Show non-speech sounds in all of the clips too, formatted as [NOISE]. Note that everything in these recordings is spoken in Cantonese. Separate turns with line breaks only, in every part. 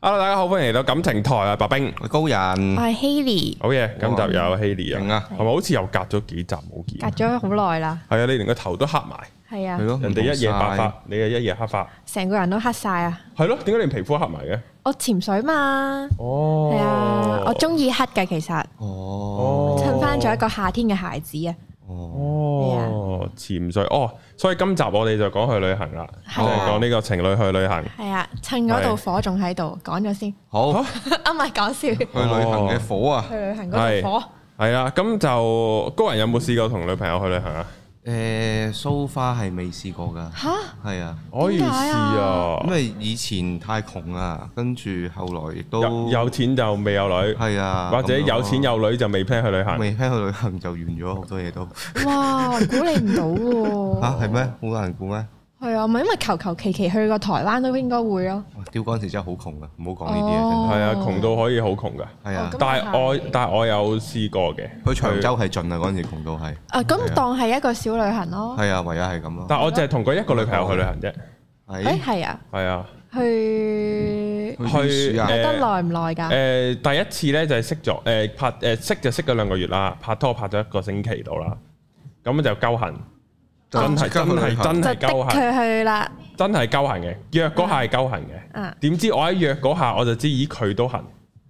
Hello，大家好，歡迎嚟到感情台啊，白冰，
高人
我係 Haley，
好嘢，今集有 Haley
勁
啊，
啊，
係咪好似又隔咗幾集冇見？
隔咗好耐啦，
係啊，你連個頭都黑埋，
係啊
係，咯，
人哋一夜白髮，你又一夜黑髮，
成個人都黑晒啊！
係咯，點解你連皮膚黑埋嘅？
我潛水嘛，
哦
係啊，我中意黑嘅其實，
哦，
襯翻咗一個夏天嘅孩子啊，
哦，
哦，潛水哦，所以今集我哋就講去旅行啦，即
係
係
啊
講呢個情侶去旅行。
係啊，趁嗰度火仲喺度，講咗先， [LAUGHS]
好
嚇
啊唔係講笑，去
去旅行嘅火啊，
旅行嗰度火，
係啦，咁就高人有冇試過同女朋友去旅行啊？
誒蘇花係未試過㗎，
吓
係啊，
可以
點
試
解啊
啊
因，為以前太窮啊，跟住後來亦
有
都
有錢就未有女，
係啊，
或者
咁樣
有錢有女就未 plan 去旅行。
未聽去旅行就完咗好多嘢都
哇，我估你唔
[LAUGHS]
到
嚇
喎，
係咩？好難估咩？
係啊，咪因為求求其其去過台灣都應該會咯，
哇屌嗰陣時真係好窮啊！唔好講呢啲嘢
哦
係啊，窮到可以好窮噶。
真係，係啊
哦咁，
但係我
係
但係我有試過嘅，
去長洲係盡啊嗰陣時窮到係，
啊咁當係一個小旅行咯，
係啊，唯有係咁咯，
但係我淨係同佢一個女朋友去旅行啫。
誒
係
係啊，
係啊，
去邊處啊
去
去？
去得耐唔耐㗎？
誒第一次咧就係識咗誒拍誒識就識咗兩個月啦，拍拖拍咗一個星期到啦，咁就鳩痕，真係真係真
就
係
的
鳩痕，
佢去啦，
真係鳩痕嘅。約嗰下係鳩痕嘅，
啊！
點知我一約嗰下我就知咦佢都痕，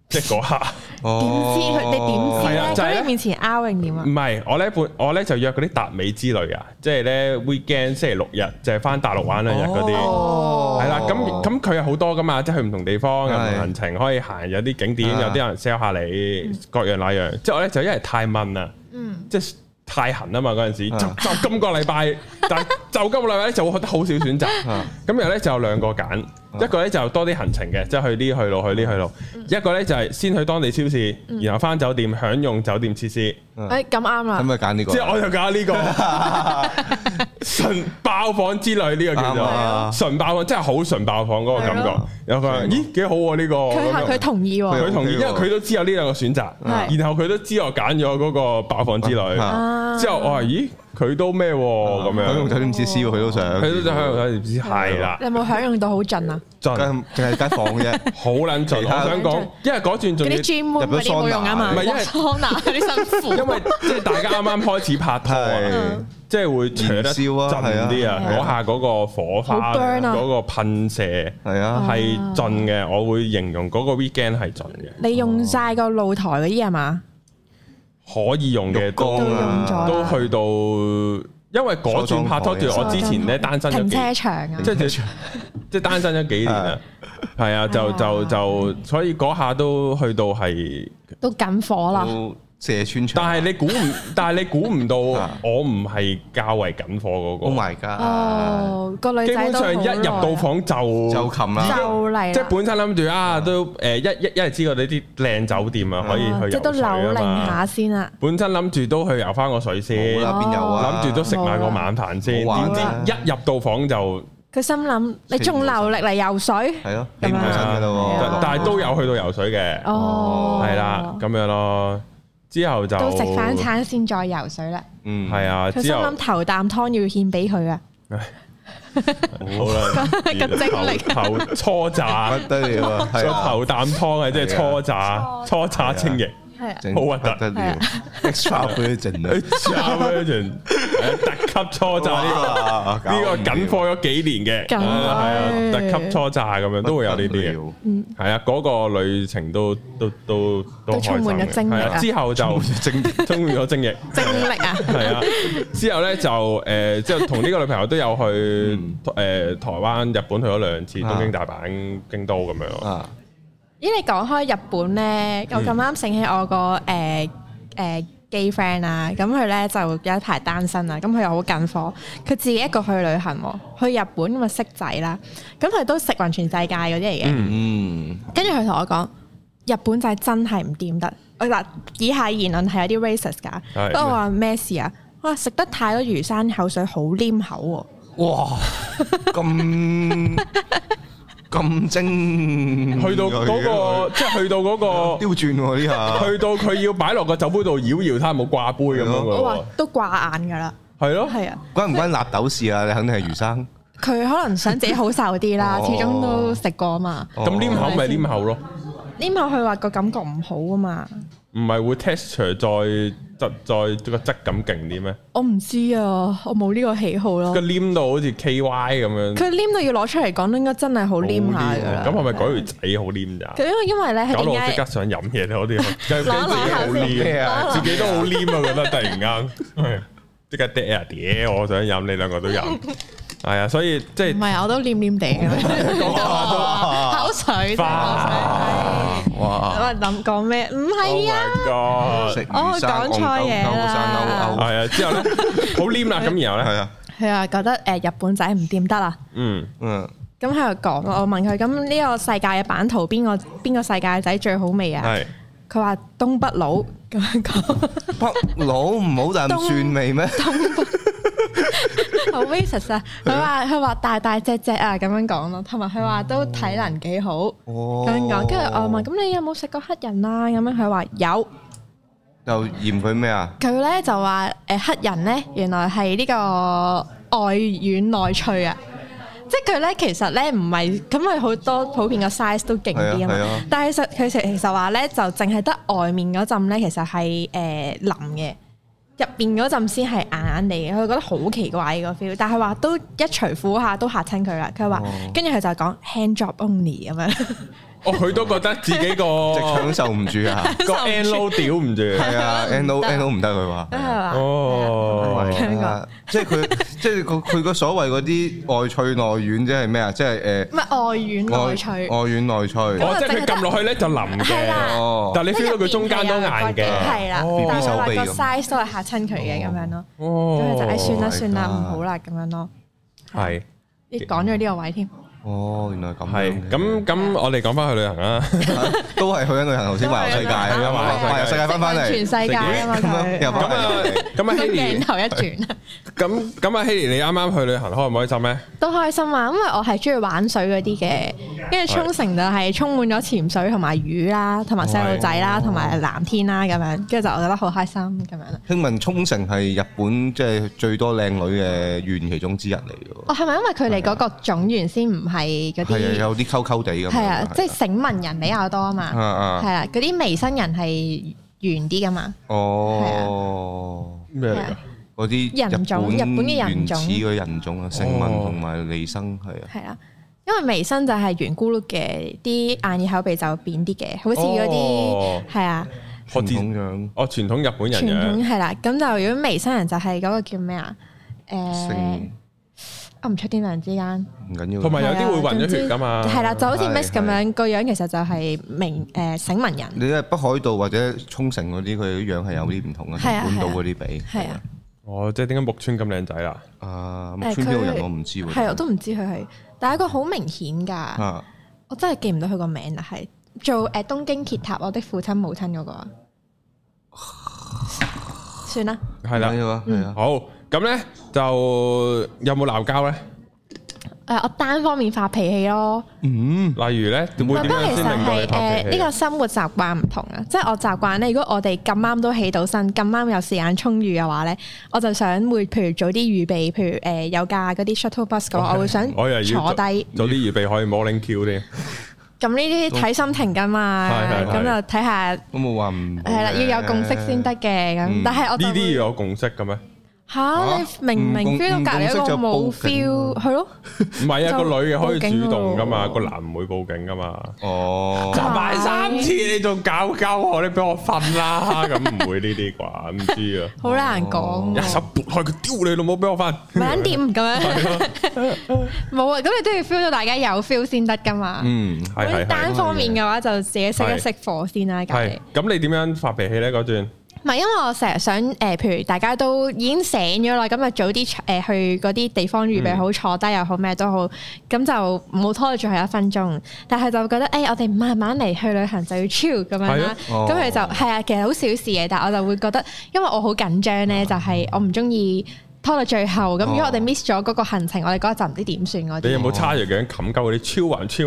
即係嗰
[LAUGHS]
下。
哦
點知佢？你點知
係
咧？
啊就係嗯咧
咁你面前 R 定點啊
唔？係，我咧本我咧就約嗰啲達美之類啊，即係咧 weekend 星期六日就係翻大陸玩兩啊日嗰啲。
哦
係啦，咁咁佢有好多噶嘛，即係去唔同地方，有唔同
係
行程可以行，有啲景點，
啊
有啲人 sell 下你，各樣那樣。之後咧就因為太問啦，
嗯，
即係太痕啊嘛嗰陣時，就
啊
就今個禮拜， [LAUGHS] 但係就今個禮拜咧就會覺得好少選擇。
啊
咁然後咧就有兩個揀，一個咧就多啲行程嘅，即係去呢去路去呢
啊
去路；一個咧就係先去當地超市，然後翻酒店享用酒店設施。
誒哎咁啱
嗯咁
啦，
咪揀呢個
之後我就搞呢個
[LAUGHS]
純爆房之類呢個叫
啱
做
啊
純爆房，真係好純爆房嗰個感
係
覺
咯。
有個人咦幾好喎呢個，
佢
咁
嚇佢
樣
同意喎，
佢
佢同意，因
OK
為
喎
佢都知有呢兩個選擇，
係
然後佢都知我揀咗嗰個爆房之類。
啊
啊
之後我話咦佢都咩喎咁
佢用
樣，
酒店設施喎，佢都想。
佢都就喺度睇唔知係啦，
你有冇享用到好盡啊？
真
梗係淨係間房
[LAUGHS]
嘅啫。
好撚盡。
其
我
他
想講，因為嗰轉
嗰
仲要
啲。專門
入
嗰
咗
啲冇用啊嘛，
桑拿唔係因為
桑
[LAUGHS]
拿嗰啲辛苦，
因為即係大家啱啱開始拍拖啊
[LAUGHS] 係，
即係會扯得
燃
震
燒啊
啲啊，
係啊
嗰下嗰個火花
好 burn 啊
嗰個噴射
係啊，
係盡嘅，我會形容嗰個 weekend 係盡嘅，
你用晒個露台嗰啲係嘛？
可以用嘅
都
都
浴缸啊
用咗啦
都去到，因為嗰轉拍拖，
梳妝台啊
住我之前咧單身咗
哦停
幾，
車場啊，
即係即係單身咗幾年啊，係啊，就就就所以嗰下都去到係。
都緊火啦，
哦
都射穿牆。
但係你估
[LAUGHS]
唔，但係你估唔到，
啊
我唔係較為緊火嗰個。
Oh my god！
哦，個女
基
仔
本
都好
上一入到
耐啊
房就
就擒啦，
就嚟啦，
即係本身諗住啊，都誒一一一係知道呢啲靚酒店啊，可以
啊
去
即
游
係都
水
扭
啊
擰
嘛。
下先啊啦，
本身諗住都去游翻個水先，
冇啦，邊有啊？
諗住都食埋個晚飯先。
冇玩哦
點
啦
知一入到房就，
佢心諗你仲流力嚟游水。
係咯，起唔到身㗎
係
咯
啊
喎。
但係都有去到游水嘅，
哦，
係啦咁樣咯。之後就
都食翻，餐先再游水啦。
嗯
係，啊。
佢心
之後
諗頭啖湯要獻俾佢啊， [LAUGHS]
好啦，
咁精力
頭頭初炸，
不得了啊！係啊，
頭啖湯啊，即係初炸，初炸清型。
係啊，
整
好核突
不得
係
了
啊
，extra
[LAUGHS]
virgin 啊！
Extra 哎
[LAUGHS]
virgin，特級哎初炸呢個。
呢
呢個緊貨咗幾年嘅，係
緊貨
啊，特級初炸咁樣都會有呢啲嘅，
嘅。
係啊，嗰個旅程都都都都
都
開
充
心
滿咗
嘅
精力
係
啊
啊，之後就
精
[LAUGHS] 充滿咗精液，
精力啊，
[LAUGHS] 係啊，之後咧就誒，之後同呢個女朋友都有去誒台灣、日本去咗兩次，東京、大阪、京都咁樣，
啊，
咦？你講開日本咧，
嗯
我咁啱醒起我個誒誒 gay friend 啊，咁佢咧就有一排單身啊，咁佢又好近火，佢自己一個去旅行喎，去日本咁啊識仔啦，咁佢都食勻全世界嗰啲嚟嘅，
嗯，
跟住佢同我講。日本仔真係唔掂得，我嗱以下言論係有啲 racist 㗎，
係
不過話咩事啊？哇！食得太多魚生口水好黏口
哦
喎、
哇，咁咁精，
嗯去到嗰個即係去到嗰個， [LAUGHS]
刁轉喎呢下，
去到佢要擺落個酒杯度搖搖，他冇掛杯咁樣
係
嘅
咯
我
喎
話，都掛眼㗎啦，
係咯，
係啊，
關唔關納豆事啊？你肯定係魚生，
佢可能想自己好受啲啦，
哦
始終都食過啊嘛。
咁黏
哦
口咪黏口咯，
黏下佢話個感覺唔好啊嘛，
唔係會 texture 再質再個質感勁啲咩？
我唔知啊，我冇呢個喜好咯
個。黏到好似 KY 咁樣，
佢黏到要攞出嚟講，都應該真係好黏
好
下噶
黏
啦。
喎咁係咪改條仔好黏咋？
佢因為因為咧，
搞
佢
到我即
點
刻
解
想飲嘢咧，我
[LAUGHS]
啲自己好
攞
黏
下
啊，
先
自己都好黏啊，覺得突然間， [LAUGHS] 係即刻嗲啊嗲，我想飲，你兩個都
[LAUGHS]
飲，係啊，所以即係
唔係啊我都黏黏地啊嘅，
[LAUGHS]
哇
[LAUGHS] 口水啫，口
花
水。
哇！
我諗講咩？唔
Oh
係啊，
my
[LAUGHS]
食
god！
魚生
哦講錯嘢啦
生勾勾
係啊，之後咧好黏啦，咁然後
係
咧，
啊，
佢話覺得誒日本仔唔掂得啦。
嗯，
嗯，
咁喺度講，我問佢咁呢個世界嘅版圖邊個邊個世界仔最好味啊？
係
佢話東北佬咁樣講，
北佬唔好啖蒜
[LAUGHS]
味咩？
好 racist 啊！佢話佢話大大隻隻啊咁樣講咯，同埋佢話都體能幾好
哦
咁樣講。跟住我問咁你有冇食過黑人啊？咁樣佢話有。
又嫌佢咩啊？
佢咧就話誒、黑人咧，原來係呢個外軟內脆啊！即係佢咧，其實咧唔係咁，佢好多普遍個 size 都勁啲啊嘛。 [LAUGHS]
係啊係啊
但係其實佢其實話咧，就淨係得外面嗰陣咧，其實係誒、腍嘅，入邊嗰陣先係硬硬地嘅。佢覺得好奇怪個 feel，但係話都一除褲下都嚇親佢啦。佢話
哦
跟住佢就講 hand job only 咁樣，
哦，佢都覺得自
[LAUGHS]
己
直
個
腸受唔住啊！
個 N low 屌唔住，
係啊，N O N O 唔得佢
[LAUGHS]
話。
係嘛？
哦，
香港
啊即係佢，
[LAUGHS]
即係佢佢個所謂嗰啲外脆內軟，即係咩啊？即係誒
唔係外軟內脆，
外軟內脆。
哦，即係佢撳落去咧就腍
啊係
嘅
啦。
哦，
但係你 feel 到佢中間都硬嘅，
係啦
哦，
BB
但係
手
話
臂咁
個 size 都係嚇親佢嘅咁樣咯，咁
哦
佢就誒哎算啦
my
算啦，
God
唔好啦咁樣咯。
係
你講咗呢個位添，
哦，原來咁樣
係
嘅。
嗯
咁咁，我哋講翻去旅行
[LAUGHS]
啦。
[LAUGHS] 都係去緊旅行，頭先環遊世界
都係
啊嘛，環遊世界翻翻嚟，
全世界啊嘛
食完
佢
咁樣又
咁
翻
啊
嚟，
咁
[LAUGHS]
啊
個鏡
Haley
頭一轉
咁咁啊 Haley 你啱啱去旅行開唔開心咧？
都開心啊，因為我係中意玩水嗰啲嘅，跟住沖繩就係充滿咗潛水同埋魚啦，同埋細路仔
哦
啦，同埋藍天啦咁樣，跟住就我覺得好開心咁樣啦。
聽聞沖繩係日本即係最多靚女嘅縣其中之一嚟嘅喎，
哦，係咪因為佢哋嗰個種源先唔係
係
嗰
啊，
啲？
有啲溝溝地咁樣。
係啊，即係醒文人比較多啊嘛。
啊啊，
係啦，嗰啲微生人係圓啲噶嘛，
哦，
咩
嚟㗎？
嗰啲
人種日本嘅人種
原始嘅人種啊，聖文同埋李生係啊，
係啦，因為微生就係圓咕碌嘅，啲眼耳口鼻就扁啲嘅，好似嗰
哦
啲係啊，
我
傳
自
統樣
我傳統日本人
傳
嘅
統係啦。咁就如果微生人就係嗰個叫咩啊？誒
聖，
噏啊唔出天亮之間，
唔緊要啊。
同埋有
係啊
啲會混咗血㗎啊嘛
總之係啦，就好似
係
Miss 咁
係
樣個樣，其實就係明誒醒文人，
你喺北海道或者沖繩嗰啲，佢啲樣係有啲唔同嘅，同
係啊
本
係啊
島嗰啲比
係啊，
哦，即係點解木村咁靚仔啦？
啊，木
誒
村邊度
佢
人我唔知喎，
係我都唔知佢係，但係一個好明顯㗎，
啊
我真係記唔到佢個名啦，係做誒東京鐵塔我的父親母親嗰 [LAUGHS] 個啊，算啦。
係
唔緊
啦，
要啊，係啊。
好咁咧就有冇鬧交咧？
誒，我單方面發脾氣咯。
嗯，
例如咧會
不過
點樣
其
先
實
令到
係
你拍
誒
脾
呢
氣
個？生活習慣唔同啊，即係我習慣咧。如果我哋咁啱都起到身，咁啱有時間充裕嘅話咧，我就想會譬如早啲預備，譬如誒有架嗰啲 shuttle bus 嘅話，我會想
哦 [LAUGHS] 我又要
坐低。
做啲預備可以 morning Q 添，
咁呢啲睇心情㗎嘛
係係，係
咁就睇下
都冇話唔好
係啦，
嘅
要有共識先得。嘅。咁
嗯
但係我
呢
就
啲要
會
有共識嘅咩？
吓你明
唔共
明 feel 到隔離一個
唔
冇
共識就
feel，係咯，
唔係啊，個
就
女嘅可以
報警
主動噶嘛，
咯
個男唔會報警噶嘛。
哦，
係
買三次你仲搞搞我，你俾我瞓啦，咁唔會呢啲啩？唔知啊，
好難講
一
喎。
手撥開佢，丟你老母俾我瞓。
玩掂咁樣， [LAUGHS] 冇啊！咁你都要 feel 到大家有 feel 先得噶嘛。
嗯，
係
如果
係
單
係
方面嘅話，就自己熄一熄火先啦。隔離
係。咁你點樣發脾氣咧？嗰段
唔係因為我成日想誒、呃譬如大家都已經醒咗啦，咁就早啲誒、呃去嗰啲地方預備
嗯
好坐低又好咩都好，咁就唔好拖到最後一分鐘。但係就覺得誒、哎我哋慢慢嚟去旅行就要 chill 咁樣
係
啦
啊。
哦
咁佢就係啊，其實好小事嘅，但係我就會覺得，因為我好緊張
嗯
咧，就係我唔中意拖到最後。咁如果我哋 miss 咗嗰個行程，我哋嗰日就唔知點算嗰啲。
哦你有冇叉住頸冚鳩嗰啲超還超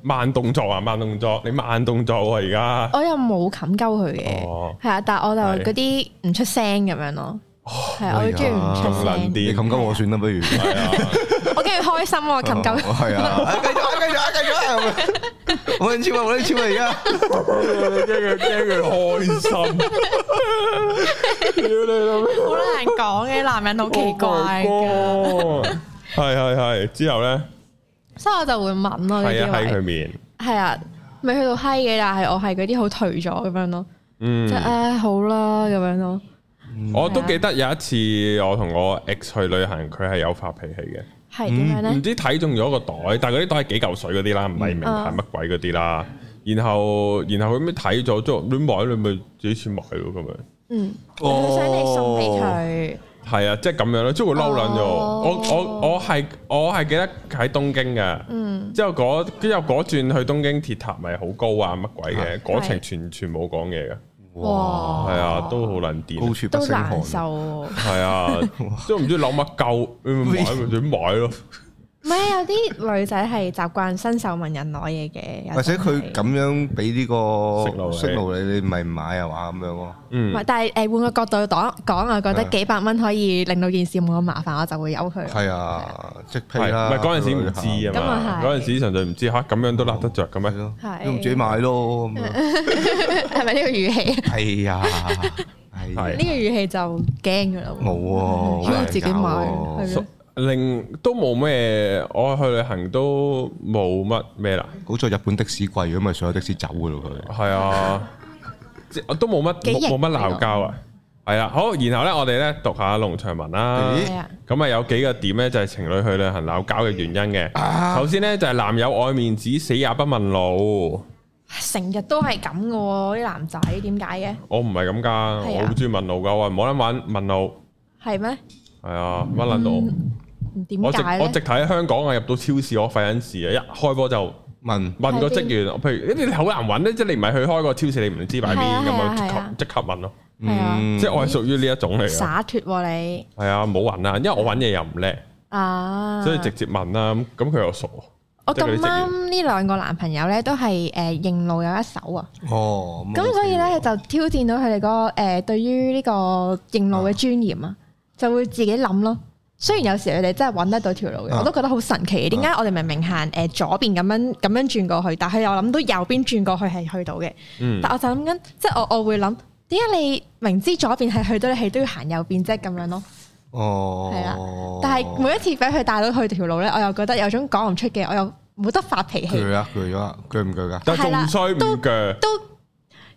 慢動作啊？慢動作，你慢動作喎而家。
我又冇冚鳩佢嘅，
哦
係啊，但係我
係
就嗰啲唔出聲咁樣咯，係啊我
哎
好
呀
中意唔出
咁撚癲
聲。
你咁急我算啦，不如。
係啊，
我嘅跟住開心喎，琴琴
係啊，啊繼續啊，繼續啊，繼續啊咁樣！我拎超啊，我拎超啊，而家
驚佢驚佢開心，屌你老 Oh 味，
好難講嘅，男人好奇怪㗎，
系系系，之後咧
所以我就會問咯呢
係啊
啲
喺
位
佢。面，
係啊，未去到閪嘅，但係我係嗰啲好頹咗咁樣咯，
嗯
即係，唉好啦咁樣咯。嗯
我都記得有一次我同我 ex 去旅行，佢係有發脾氣嘅。
係點樣
唔
咧？
知睇中咗個袋，但係嗰啲袋係幾嚿水嗰啲啦，唔係名
哦
牌乜鬼嗰啲啦。然後然後佢咩睇咗之後，你買你咪自己錢買咯咁樣。
嗯，佢想你送俾
哦，
佢，
係啊，即係咁樣咯，即係會嬲撚咗
哦
我。我我我係我係記得喺東京嘅，
嗯
之後嗰之後嗰轉去東京鐵塔咪好高啊乜鬼嘅，嗰程
係哦
全全冇講嘢嘅，
哇
係啊，都好撚
高
癲，
處不
都
勝寒
難。受喎。
係
[LAUGHS]
啊，都唔知諗乜鳩，你咪買咪自己買咯。
唔係有啲女仔係習慣伸手問人攞嘢嘅，
或者
dạ.
佢咁樣俾呢個
Signal 你
signal 你，你咪唔買啊嘛咁樣咯。
嗯
唔係，，但係誒換個角度講講，我覺得
係
幾百蚊可以令到件事冇咁麻煩，我就會由佢。
係啊，即批
係
啦。
唔係嗰陣時唔
去旅行
知啊
咁
嘛
啊，係
嗰陣時純粹唔知吓咁樣都揦得着嘅
係
咩？
咯，
係
咁自己買咯。咁樣
[LAUGHS] 係咪呢個語氣？
係
[LAUGHS]
啊，係啊
係
呢個語氣就驚㗎啦喎。
冇喎
如
好
果
難
自己買，
搞喎
係咯。
令都冇咩，我去旅行都冇乜咩啦，
好在日本的士貴，咁咪上咗的士走噶咯佢。
係
[LAUGHS]
啊，即我都冇乜
幾型
冇乜鬧交啊，係啦，好，然後咧我哋咧讀下農場文啦
咦。
係啊，
咁啊有幾個點咧就係情侶去旅行鬧交嘅原因
啊
嘅，
啊
首先咧就係男友愛面子，死也不問路。
成日都係咁嘅喎，啲男仔點解嘅？
我唔係咁噶，
係啊
我好中意問路噶，我唔好撚玩問路，
係咩？
係啊，乜撚路？
唔
我
點
直
解
我
咧？
直睇香港啊，入到超市我費緊事啊，一開波就
問
問個職員，譬如你好難揾咧，即係你唔係去開個超市，你唔知擺邊
係啊
咁啊，即
係啊係
刻
啊
即刻問咯。
係啊
嗯
即係我係屬於呢一種嚟嘅，
灑脱喎你
係啊，冇揾啦，因為我揾嘢又唔叻，
啊！
所以直接問啦。咁咁佢又傻，
我
即係嗰啲
咁
職員
啱呢兩個男朋友咧，都係誒認路有一手啊！
哦，
咁所以咧就挑戰到佢哋嗰個誒對於呢個認路嘅尊嚴啊，就會自己諗咯。雖然有時佢哋真係揾得到條路嘅，
啊
我都覺得好神奇。點解我哋明明行誒左邊咁樣咁樣轉過去，但係我諗到右邊轉過去係去到嘅。
嗯，
但我就諗緊，即係我我會諗，點解你明知左邊係去到你係都要行右邊啫咁樣咯？
哦，
係啦但係每一次俾佢帶到去條路咧，我又覺得有種講唔出嘅，我又冇得發脾氣，
鋸啊鋸咗啊，鋸唔鋸噶？
但係
係啦
仲衰唔
都
鋸，
都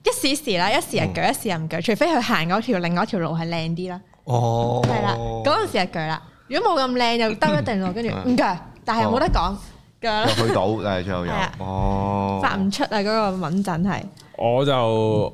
一時時啦，一時
哦
人腳，一時人腳，除非佢行嗰條另外一條路係靚啲啦，
哦，
係啦，嗰陣時係腳啦。如果冇咁靚，又兜一定路，跟住
嗯
唔腳，但係冇得講腳
又去到，但係最後又
係啊
哦，
發唔出啊！嗰個穩陣係
我就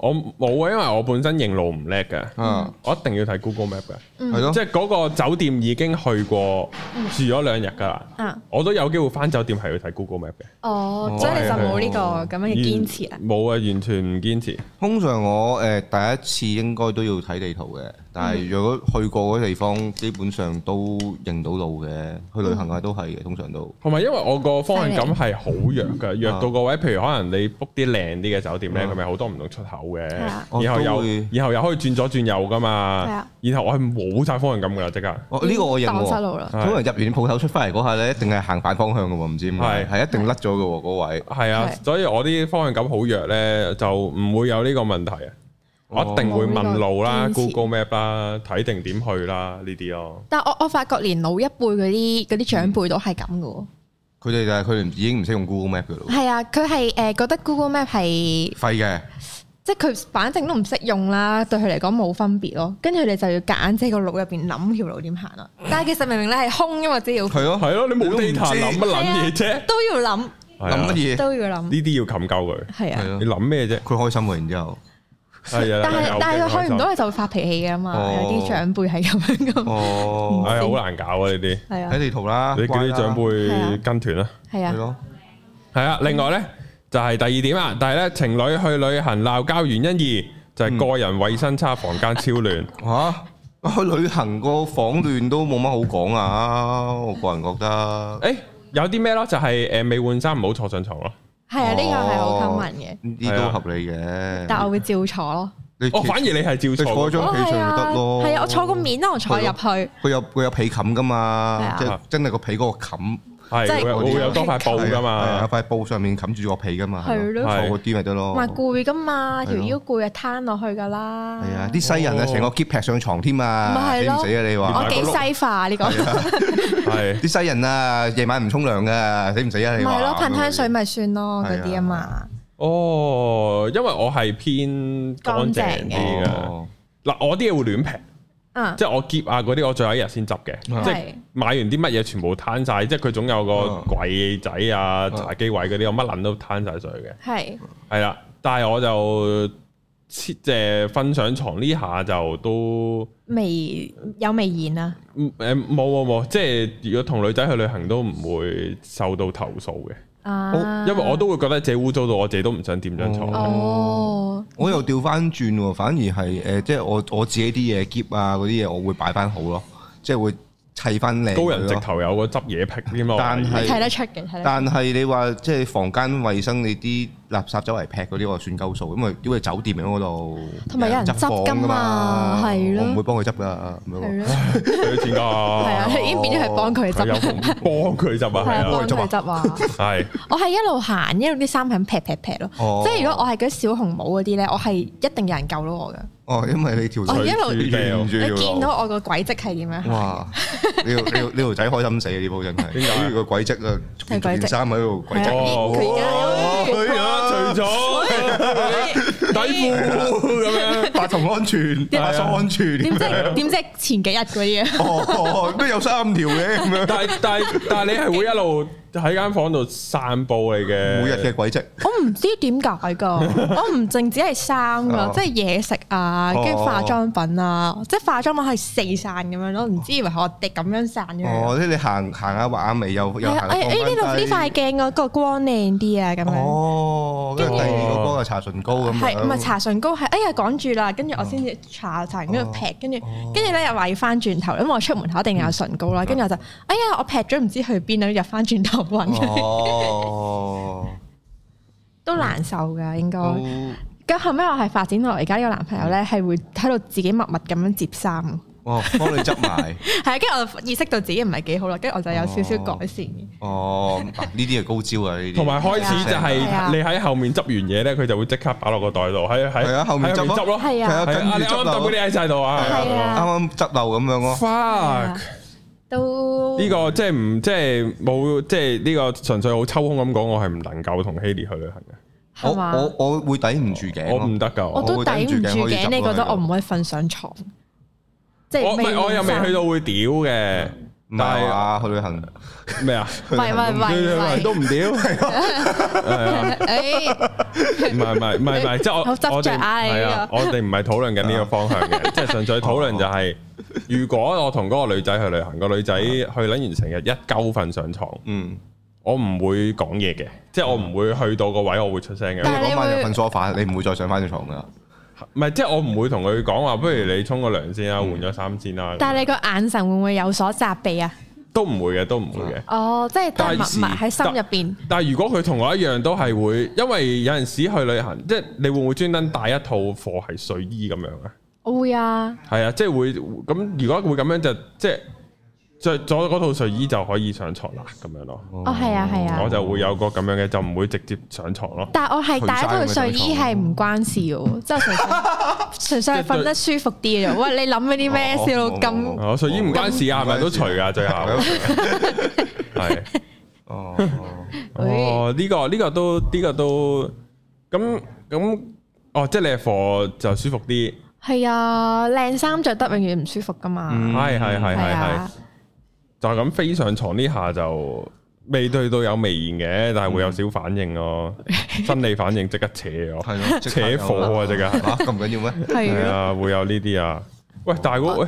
我冇啊，因為我本身認路唔叻嘅，
嗯，
我一定要睇 Google Map 嘅，
係咯
即，係嗰個酒店已經去過住咗兩日㗎啦，
哦
啊，
我都有機會翻酒店係要睇 Google Map 嘅。
哦，所以你就冇呢
哦
個咁樣嘅堅持啦
完。冇啊，完全唔堅
啊
持。
通常我呃誒第一次應該都要睇地圖嘅，但係如果去過嗰啲地方，基本上都認到路嘅。去旅行啊都係嘅，通常都
同埋因為我個方向感係好弱嘅，
啊
弱到個位，譬如可能你 book 啲靚啲嘅酒店咧，
嗯
佢咪好多唔同出口嘅，
係啊
然後
我哦都
又
會
然後又可以轉左轉右噶
係
嘛
啊，
然後我係冇晒方向感噶啦，即刻
哦呢個我認
蕩失
喎。
路啦，
通常入完鋪頭出翻嚟嗰下咧，一定係行反方向嘅喎，唔知點解
係
係一定甩咗嘅喎嗰位。
係啊，
係
所以我啲方向感好弱咧，就唔會有呢個問題啊。
哦
我一定會問路啦
哦冇呢個堅持
，Google Map 啦，睇定點去啦，呢啲咯。
但我我發覺連老一輩嗰啲嗰啲長輩都係咁嘅喎。
佢哋就係佢哋已經唔識用 Google Map 嘅咯，
係啊，佢係誒覺得 Google Map 係
廢嘅。
即係佢反正都唔識用啦，對佢嚟講冇分別咯。跟住佢哋就要夾硬即係個腦入邊諗條路點行啦。但係其實明明你係空嘅嘛資料庫，
係咯，
係咯，你冇
啊都唔
data
知
諗乜撚嘢啫？
都要諗，
諗乜
係啊
嘢？
都要諗，
呢啲要冚鳩佢，
係
係
啊。
咯
你，諗咩啫？
佢開心喎，然之後，
係啊，
但係
有
但
嘅
係佢去唔
開心
到，佢就會發脾氣嘅嘛。
哦
有啲長輩係咁樣噶嘛，
哦，
唉，好難搞啊！呢啲，
係
睇
啊，
地圖啦，
你叫
乖
啲
啦
長
係啊
輩跟團啦。
係
係
啊，
咯，
係啊，另外呢，就係第二點啊，但係呢，情侶去旅行鬧交原因二就係個人衞生差，房間超亂。 [LAUGHS]
嚇 [LAUGHS] 去旅行個房亂都冇乜好講啊，我個人覺得
誒，有啲咩咯？就係誒未換衫唔好坐上床咯。
係啊，呢個係好
哦
common 嘅，
呢啲都合理嘅。
但我會照坐咯。
你
啊哦，反而你係
你
照
坐
坐
張被上咪得咯。
係啊，我坐個面咯，我坐入去。
佢有佢有被冚噶
係
嘛
啊，
即係真係個被嗰個冚，
係
即係
會有
嗰啲
會有多塊布㗎
係啊
嘛
有，塊布上面冚住個被噶嘛，係
係
咯，
咯
坐嗰啲咪得咯。
唔係攰噶嘛，條
哦係咯
腰攰啊，攤落去噶啦。
係啊，啲西人啊，
哦
成個 keep 劈上床添啊，
咪係
死唔
咯
死啊你
我
話？
幾西化呢個，
啊
咪
[LAUGHS] 係
啲西人啊，夜晚唔沖涼噶，死唔死啊你話？
係咯，噴香水 [LAUGHS] 咪算咯，
係啊
嗰啲啊嘛。
哦，因為我係偏乾淨
乾淨
啲嘅。
哦
嗱，我啲嘢會亂平，
嗯，
即係我夾啊嗰啲，我最後一日先執嘅，
嗯
即係
係
買完啲乜嘢全部攤晒，即係佢總有個
嗯
櫃仔啊、茶幾位嗰啲，我乜撚都攤晒上去嘅。
係
係啦，但係我就切即係瞓上床呢下就都。
微有微言啊，
嗯誒冇冇冇，即係如果同女仔去旅行都唔會受到投訴嘅，
啊，
因為我都會覺得自己污糟到我自己都唔想掂張床。
哦，
我又調翻轉喎，反而係誒、呃即係我我自己啲嘢夾啊嗰啲嘢，我會擺翻好咯，即係會砌翻靚佢咯。
高人直頭有個執嘢癖添啊！我
但
懷疑
係
睇得出嘅，睇得出。
但係你話即係房間衞生，你啲垃圾周圍劈嗰啲，我算鳩數，因為因為酒店喺嗰度，
同埋有人執
房
㗎
㗎
嘛係咯
我唔會幫佢執噶，咁樣
係咯，
佢有錢㗎，
哦
係啊，已經變咗係幫佢
佢有
執，
空幫佢執啊，
係啊，
哦啊係
幫
啊，
佢執啊。
係
我係一路行，一路啲衫係咁劈劈劈咯。
哦
即係如果我係嗰啲小紅帽嗰啲咧，我係一定有人救到我噶。
哦，因為你條
我一
水
路
隨處掉
沿住
你見
條路，
到我個軌跡係點
[LAUGHS]
樣？
哇！你條你條你條仔開心死啊！呢鋪真係，
點解啊
好似個軌跡啊，
係軌跡
件衫喺度軌
係啊
跡。
哦
咦佢哎而
哎
佢
家
啊，除咗哎
[LAUGHS]
底褲咁樣，
八重安全，八重安全，
啊點知點知前幾日嗰啲啊？
哦，都有三條嘅咁樣，
但係但係但係你係會一路喺間房度散步嚟嘅，
每日嘅軌跡，
我唔知點解
[LAUGHS]
噶，我唔淨止係衫噶
哦，
即係嘢食啊，
哦
跟住化妝品啊，即係化妝品係四散咁樣咯，唔知以為我哋咁樣散咁樣。
哦，即係你行行下畫下眉，又又
係
行
啊，
下
誒誒呢度呢塊鏡嗰個光靚啲啊，咁樣。
哦，跟住第二個歌係搽唇膏咁樣，哦
係唔係搽唇膏係？哎呀趕住啦，跟住我先至搽搽完，跟住劈，跟住跟住咧又話要翻轉頭，因為我出門口一定有唇膏啦，
嗯
跟住我就哎呀我劈咗唔知去邊啊啦，入翻轉頭揾，
哦，
都難受噶應該。
都
咁後尾我係發展到我而家呢個男朋友咧係會喺度自己默默咁樣接衫，
哦，幫你執埋， [LAUGHS]
係啊，跟住我意識到自己唔係幾好啦，跟住我就有少少改善嘅。
哦，啊呢啲係高招啊，呢啲，
同埋開始就係
係啊
你喺後面執完嘢咧，佢就會即刻擺落個袋度，喺喺
係啊後面執咯
喺咯，
係
係啊，
啊，
係
跟
啊，你
住
啱啱抌
執
嗰
漏，
啲喺晒度啊
係啊
啱啱執漏咁樣咯，
，fuck！
都
呢個即係唔即係冇即係呢個純粹好抽空咁講，我係唔能夠同 Haley 去旅行嘅，
我
係嘛？
我我會抵唔住頸
我唔
咯，
得㗎。
我
我
都頂唔
我會
住頸，
頂住頸
你覺
可以
得
執
我唔可以瞓上床？即
我唔係我又未去
哦
到。
到會屌嘅，
唔
但
係
係
啊，去旅行
咩啊？
喂喂喂
都唔屌，
啊
[LAUGHS] 喂，哎誒
唔係唔係唔係唔係，即係我
好執
我
着
哋
啊你呢個
係啊，我哋唔係討論緊呢個方向
[LAUGHS]
嘅，即係純粹討論就係，如果我同嗰個女仔去旅行，個女仔
啊
去撚完成日一鳩瞓上床。
嗯，
我唔會講嘢嘅，即係我唔會去到個位，我會出聲
你
嘅。
但係你
嗰晚
會
就瞓 sofa，你唔會再上翻張床噶啦，
唔係，即係我唔會同佢講話，不如你沖個涼先啦，啊換咗衫先啦。
嗯但係你個眼神會唔會有所責備啊？
都唔會嘅，都唔會嘅。
哦，即係都係
但
是
默默喺心入邊，
但係如果佢同我一樣，都係會，因為有陣時去旅行，即係你會唔會專登帶一套貨係睡衣咁樣啊？
我會啊，
係啊，即係會咁。如果會咁樣就即係着咗嗰套睡衣就可以上床啦，咁樣咯。
哦係啊係啊
我，就會有個咁樣嘅，就唔會直接上床
[LAUGHS]
咯。
但係我係帶一套睡衣係唔關事
[LAUGHS]
嘅喎，即係純粹純粹係瞓得舒服啲嘅啫。喂，你諗嗰啲咩笑到咁？
哦，睡衣唔關事啊，係咪都除噶最後係。
哦，
哦，呢、個呢、個都呢、個都咁咁哦，即係你係貨就舒服啲，
係啊，靚衫着得永遠唔舒服噶
嗯
嘛。
係係係係係
嗯啊，，
就咁飛上床呢下就未對到有微言嘅，但係會有少反應咯，
嗯
生理反應即刻扯咯，[LAUGHS]
係咯，即刻有
扯火啊即刻
嚇 [LAUGHS] 咁緊
[LAUGHS]
要咩？
係
係
咯，
啊，會有呢啲啊。喂，大哥，喂，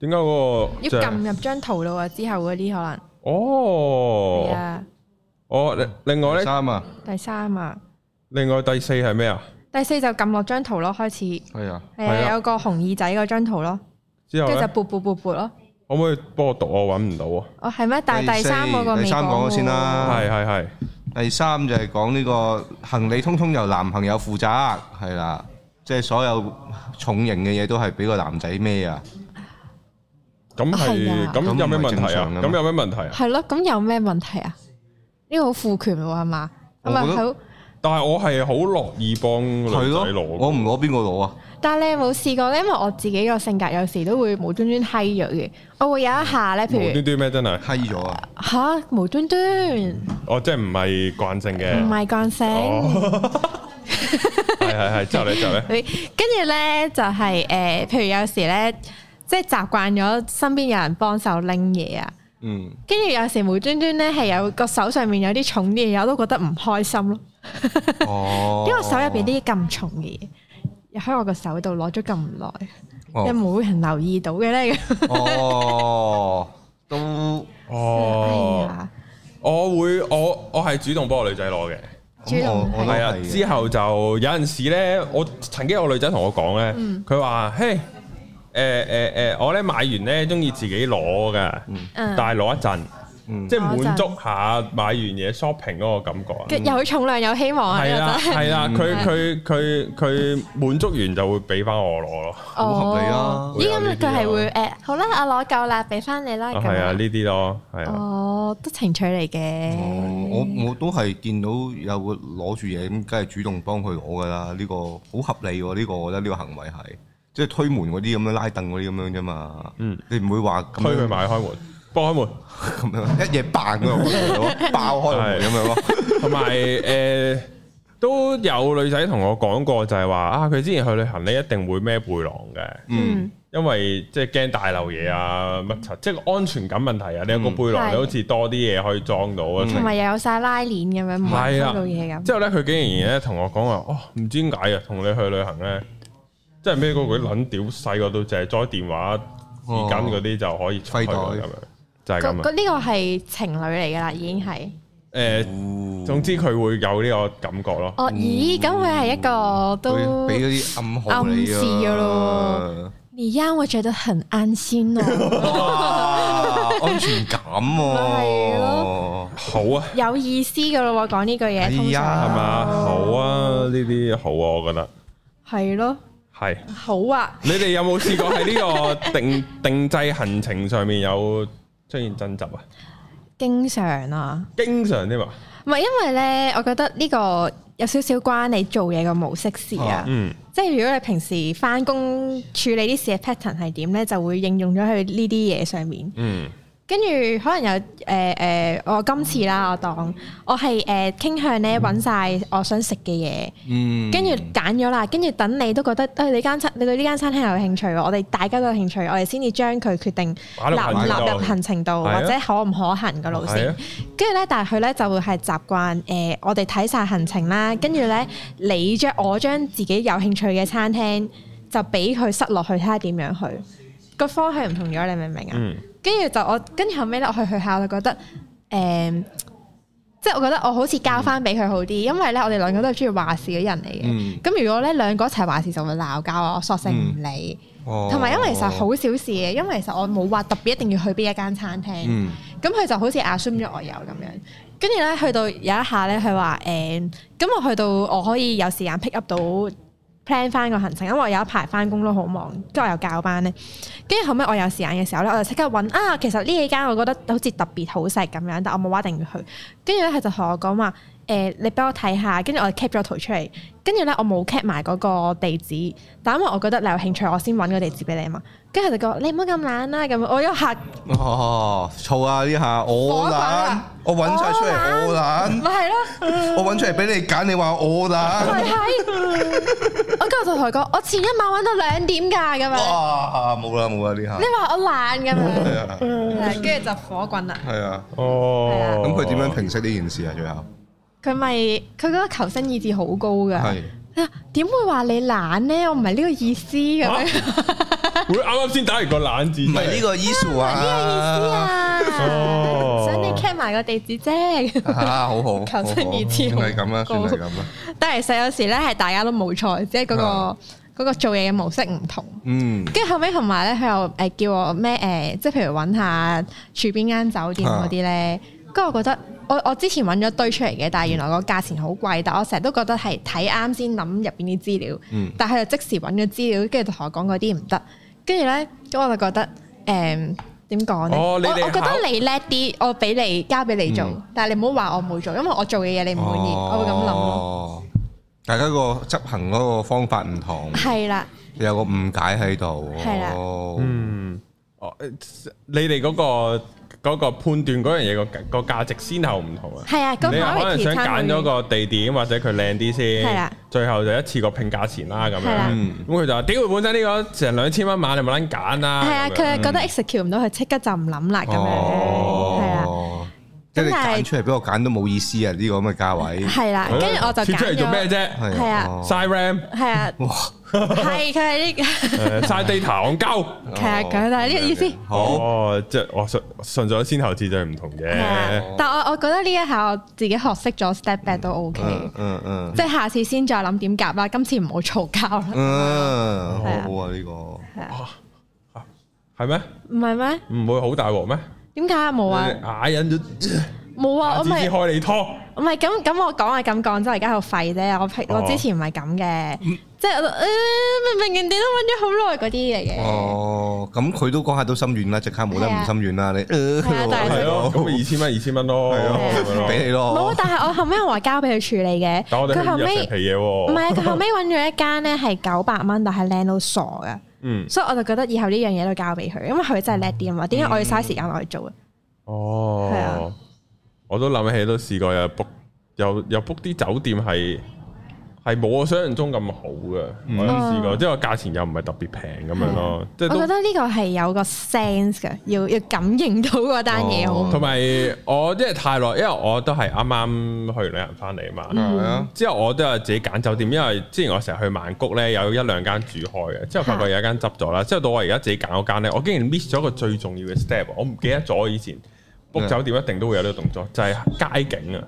點解嗰個
要撳入張圖咯喎，之後嗰啲可能係
哦，
啊，
哦，另另外咧，
衫啊，
第三啊，
另外第四係咩啊？
第四就撳落張圖咯，開始
係啊，
係
係啊
啊，有個紅耳仔嗰張圖咯。
之後
跟住
咧，
就撥撥撥撥咯。
可唔可以幫我讀？我揾唔到啊。
哦，係咩？但係
第
第
四
三嗰個未
第三講
講
咗先啦
係係係，
第三就係講呢個行李通通由男朋友負責，係啦，即係所有重型嘅嘢都係俾個男仔孭啊！
咁
係
係
啊
咁有咩問
咁唔係正
題啊
常？㗎嘛
咁有咩問題啊？
係咯，咁有咩問題啊？呢個好賦權喎，係嘛？係咪
我覺得
好？
但係我係好樂意幫女
係咯
仔，攞，
我唔攞邊個攞啊？
但係你有冇試過咧？因為我自己個性格有時都會無端端閪咗嘅，我會有一下咧，譬
無
如
端端咩真係？
閪咗啊！
吓無端端唔
我即係唔係慣性嘅，
係慣性。
哦，係係係，之後咧之後咧，
佢跟住咧就係、呃譬如有時咧，即係習慣咗身邊有人幫手拎嘢啊，
嗯，
跟住有時無端端咧係有個手上面有啲重啲嘢，我都覺得唔開心咯，
哦
[LAUGHS] 因為我手入邊啲咁重嘅嘢。又喺我個手度攞咗咁耐，
哦
[LAUGHS] 有冇人留意到嘅咧？
哦，都
哦
[LAUGHS] 哎。呀
我會我我係主動幫我女仔攞嘅，
咁我
哦
我都
係啊。
係嘅
之後就有陣時咧，我曾經有個女仔同我講咧，佢話：，嘿，誒誒誒，我咧買完咧中意自己攞噶，但
嗯
係攞一陣，
嗯
即係滿足下買完嘢 shopping 嗰個感覺啊。嗯
跟有重量有希望啊！
係啦，
呢個真係
係啦，佢佢佢佢滿足完就會俾翻我攞咯。
好合理啊
哦咦，咁佢係會誒好啦，我攞夠啦，俾翻你啦。
啊
咁
係啊，
樣
呢啲咯，係啊，嗯
哦，都情趣嚟嘅。
哦我我都係見到有個攞住嘢咁，梗係主動幫佢攞噶啦。呢個好合理喎，呢個我覺得呢個行為係即係推門嗰啲咁樣拉凳嗰啲咁樣啫嘛。
嗯，
你唔會話咁
推佢
樣
埋開門，幫開門，
[LAUGHS] 咁樣一嘢扮
[LAUGHS]
嗰個爆開個門咁樣咯。
同埋誒都有女仔同我講過，就係話啊，佢之前去旅行咧一定會孭背囊嘅，
嗯，
因為即係驚大漏嘢啊乜柒，即係個安全感問題啊。你有個
嗯
背囊，
係
你好似多啲嘢可以裝到啊。
同埋又有晒拉鏈咁樣，唔係
係啊
收
啦
到嘢咁。
之後咧，佢竟然咧同我講話，哦，唔知點解啊，同你去旅行咧，即係孭嗰個撚屌細個到就係裝電話、
哦
紙巾嗰啲就可以出去啦
揮
咁
袋
樣，就係
嗰
咁
嗰
啊。
呢個係情侶嚟㗎啦，已經係。
誒，
哦
總之佢會有呢個感覺咯。
哦，咦，咁佢係一個
佢
都
俾。嗰啲暗號你啊
暗示㗎咯。你因我覺得很安心
[LAUGHS]
咯，
哇，啊安全感喎。
咪係
咯。
好啊，
有意思㗎咯喎，講呢句
哎呀
嘢通
係
常
嘛，好啊，呢啲好啊，我覺得
係咯，
係。
好啊。
你哋有冇試過喺呢個 [LAUGHS] 定定制行程上面有出現爭執啊？
經常啊，
經常添嘛，
唔係因為咧，我覺得呢個有少少關你做嘢嘅模式事啊。
嗯，
即係如果你平時翻工處理啲事嘅 pattern 係點咧，就會應用咗去呢啲嘢上面。
嗯，
跟住可能有誒誒、呃呃我今次啦，我當我係誒、呃、傾向咧揾晒我想食嘅嘢，
嗯。
跟住揀咗啦，跟住等你都覺得，誒、哎你間餐你對呢間餐廳有興趣喎，我哋大家都有興趣，我哋先至將佢決定
擺落行程
納納
度
入行程度，
係啊
或者可唔可行嘅路
係
線
啊。
跟住咧，但係佢咧就會係習慣誒、呃我哋睇晒行程啦，跟住咧你將我將自己有興趣嘅餐廳就俾佢塞落去，睇下點樣去。個方向唔同咗，你明唔明啊？
嗯，
跟住就我跟住後尾咧，我去去下我就覺得誒、呃即係我覺得我好似交翻俾佢好
嗯
啲，因為咧我哋兩個都係中意話事嘅人嚟
嗯
嘅。咁、如果咧兩個一齊話事就會鬧交啊，我索性
嗯
唔理。
同
同埋、因為其實好小事嘅，因為其實我冇話特別一定要去邊一間餐廳。
嗯
咁佢就好似 assume 咗我有咁樣。跟住咧，去到有一下咧，佢話誒，咁、我去到我可以有時間 pick up 到 plan 翻個行程，因啊為我有一排翻工都好忙，跟住我又教班咧。跟住後尾我有時間嘅時候咧，我就即刻揾啊，其實呢幾間我覺得好似特別好食咁樣，但我冇話一定要去。跟住咧，佢就同我講話誒，你俾我睇下，跟住我 cap 咗圖出嚟，跟住咧我冇 cap 埋嗰個地址，但因為我覺得你有興趣，我先揾個地址俾你啊嘛。跟住佢就講你唔好咁懶啦，咁樣我一 [LAUGHS] 下。
哦，燥啊呢下，我
火滾
懶
啊，
我揾晒出嚟，我懶，
咪係咯，
我揾出嚟俾你揀，你話我懶，
咪係。我今日就同佢講，我前一晚揾到兩點㗎咁樣，
哇，冇啦冇啦呢下
你，話我懶
[LAUGHS]
咁
係
樣，
啊
係跟住就火滾啦。
係啊，
哦，
咁佢點樣？平息呢件事啊？最
哦
後
佢咪佢嗰個求生意志好高㗎。
係
啊點會話你懶呢？我唔係呢個意思咁樣，
會啱啱先打完個冷字，
唔係呢個 issue
呢個意思
啊？
啊。
哦
想你 cap 埋個地址啫。 [LAUGHS]
啊，好好，
求生意志
好好算係咁啦，
好
算
高
係咁啦，
但係其實有時咧係大家都冇錯，即係嗰個
啊
嗰個做嘢嘅模式唔同。
嗯，
跟住後尾同埋咧，佢又誒叫我咩誒，即係譬如揾下住邊間酒店嗰啲咧，跟住我覺得，我我之前揾咗堆出嚟嘅，但係原來個價錢好貴，但我成日都覺得係睇啱先諗入邊啲資料，
嗯
但係佢就即時揾咗資料，跟住就同我講嗰啲唔得，跟住咧，咁我就覺得誒點講咧？
哦
我我
你哋
覺
考
得你叻啲，我俾你交俾你做，
嗯
但係你唔好話我冇做，因為我做嘅嘢你唔滿意，我會咁諗咯。
哦大家個執行嗰個方法唔同，
係啦，
有個誤解喺度。
係啦
哦
嗯，哦，呃你哋嗰、個嗰、個判斷嗰樣嘢個個價值先後唔同啊。
係啊，咁
你又可能
priority
想
time
揀咗個地點或者佢靚啲
係
先
啦，
最後就一次過拼價錢啦咁
係啦
樣。
嗯
咁佢就話：屌，本身呢個成兩千蚊買，你咪撚揀啦。
係啊，
咁樣
佢係覺得 execute 唔到，佢即刻就唔諗啦咁樣，係啦，
哦，即係你
咁但係
揀出嚟俾我揀都冇意思啊！呢個咁嘅價位，
係啦，跟住我就
貼哦出嚟
揀
做咩
咗，
啫
係
係啊
哦
？Side
[LAUGHS]
RAM
係啊，
哇，
係佢係呢。
[LAUGHS] 誒 Side data 戇鳩。
Ờ,
係啊咁但係呢個意思
好，
哦，即係我順順咗先後次序唔同
係
嘅。
啊但我我覺得呢一下我自己學識咗 step back 都 OK，
嗯嗯嗯
即係下次先再諗點夾啦，今次唔好嘈交
[LAUGHS]
啦，
嗯，好
係啊
好啊呢個，
係咩？
唔係咩？
唔會好大鑊咩？
點解啊冇啊？
啞忍咗，
冇啊！
下
我
次
咪
先開你拖。
唔係咁咁，我講係啊咁講，即係而家喺度廢啫。我平
哦嗯
我之前唔係咁嘅，即係我誒明明人哋都揾咗好耐嗰啲嚟
Ờ,
嘅，
哦，咁佢都講下都心軟啦，即刻冇得
係
唔
啊
心軟啦，你
係啊但係
係咯，咁咪二
係
千蚊，二千蚊咯，
係
咁樣
咯，
咯
俾你咯
冇。，但係我後尾我話交俾佢處理嘅，
但我哋
佢後
去入
尾
成皮嘢
唔
喎。
係啊佢後尾揾咗一間咧係九百蚊，但係靚到傻嘅。
嗯，
所以我就覺得以後呢樣嘢都交俾佢，因為佢真係叻啲啊嘛。點解我要嘥時間落去做啊？係
哦
啊，
我都諗起都試過有 book，又又 book 啲酒店係係冇我想象中咁好嘅，我有試過，
哦嗯
即係個價錢又唔係特別平咁樣咯，即係
我
都
覺得呢個係有個 sense 嘅，要要感應到嗰單嘢好唔
同
好。
埋我因為太耐，因為我都係啱啱去旅行翻嚟啊嘛。
係啊，
之後我都有自己揀酒店，因為之前我成日去曼谷咧，有一兩間煮開嘅，之後發覺有一間執咗啦。之後到我而家自己揀嗰間咧，我竟然 miss 咗個最重要嘅 step，我唔記得咗以前 book
咩
酒店一定都會有呢個動作，就係街景啊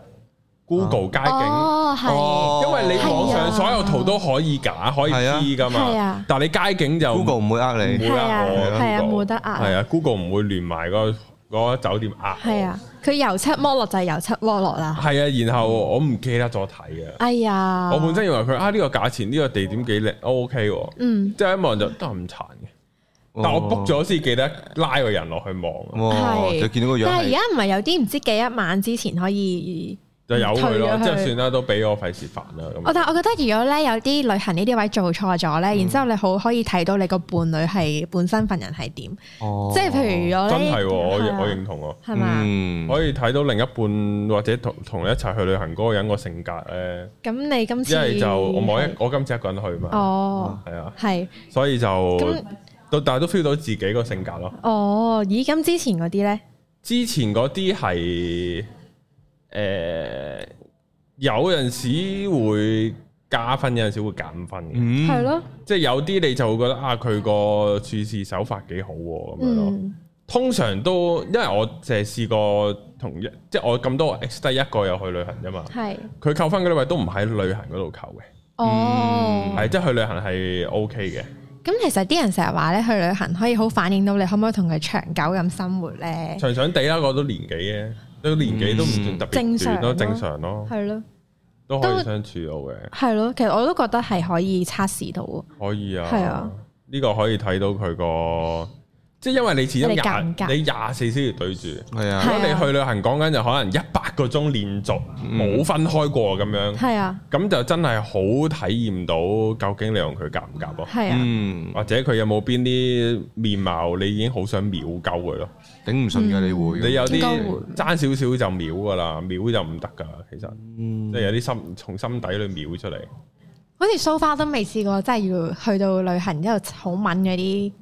，Google
啊
街景。
哦，係
Ờ,
因為你網
係啊
上所有圖都可以揀，可
係啊
以知㗎
係
嘛
啊，
但係你街景就
Google 唔會呃你
唔。會
係
呃
啊
我嘅
係啊
Google
冇得呃
係啊，Google 唔會連埋嗰個嗰個酒店呃。
係啊，佢油漆剝落就係油漆剝落啦。
係啊，然後我唔記得咗睇啊。
哎呀，
我本身以為佢啊呢個價錢呢個地點幾靚，O K 喎。
嗯
即係一望就得唔殘嘅，
哦
但我
Ờ.
book 咗先記得拉個人落去望，啊
哇，
係
就見到個樣
但係而
係
家唔係有啲唔知幾一晚之前可以。
就有佢咯。
退咗
即
去哦
係算啦，都俾我費事煩啦
我
咁。
但係我覺得如果咧有啲旅行呢啲位做錯
嗯
咗咧，然之後你好可以睇到你個伴侶係本身份人係點，
Ờ. 哦
即係譬如我
真
咧
係喎，我
係啊
我認同喎，
Ừ.
係嘛？
嗯
可以睇到另一半或者同同你一齊去旅行嗰個人個性格咧，
咁你今次
一係就我冇一我今次一個人去嘛，
哦，
係啊，
係
所以就
咁
到但係都 feel 到自己個性格咯。
哦，咦？咁之前嗰啲咧，
之前嗰啲係誒有陣時會加分，有陣時會減分嘅。
嗯
係咯，
即係有啲你就會覺得啊，佢個處事手法幾好喎咁樣咯。
嗯，
通常都因為我淨係試過同一，即係我咁多 ex 得一個有去旅行啫嘛。
係，
佢扣分嗰啲位都唔喺旅行嗰度扣嘅，
哦，
嗯係即係去旅行係 O K 嘅。
咁其實啲人成日話咧，去旅行可以好反映到你可唔可以同佢長久咁生活咧，
長長地啦，我都年紀嘅，都年紀都唔算特
正
別
常
短咯，
咯
正常咯，
係咯，
都可以
都
相處到嘅，
係咯，其實我都覺得係可以測試到，
可以啊。
係啊，
呢個可以睇到佢個，即係因為你始
你夾
終
唔夾
廿你廿四先要對住。
係啊
如
係
果你去旅行講緊就可能一百個鐘連續冇分開過咁樣，
係啊，
咁就真係好體驗到究竟你同佢夾唔夾咯，
係
Ừ.
啊，
嗯，
或者佢有冇邊啲面貌你已經好想秒鳩佢咯，
頂唔順嘅你會，
你有
應該
啲
會嗯
爭少少就秒噶啦，秒就唔得噶，其實
Ừ.
即係有啲心從心底裏秒出嚟，
好似 so far 都未試過，真係要去到旅行之後好敏嗰啲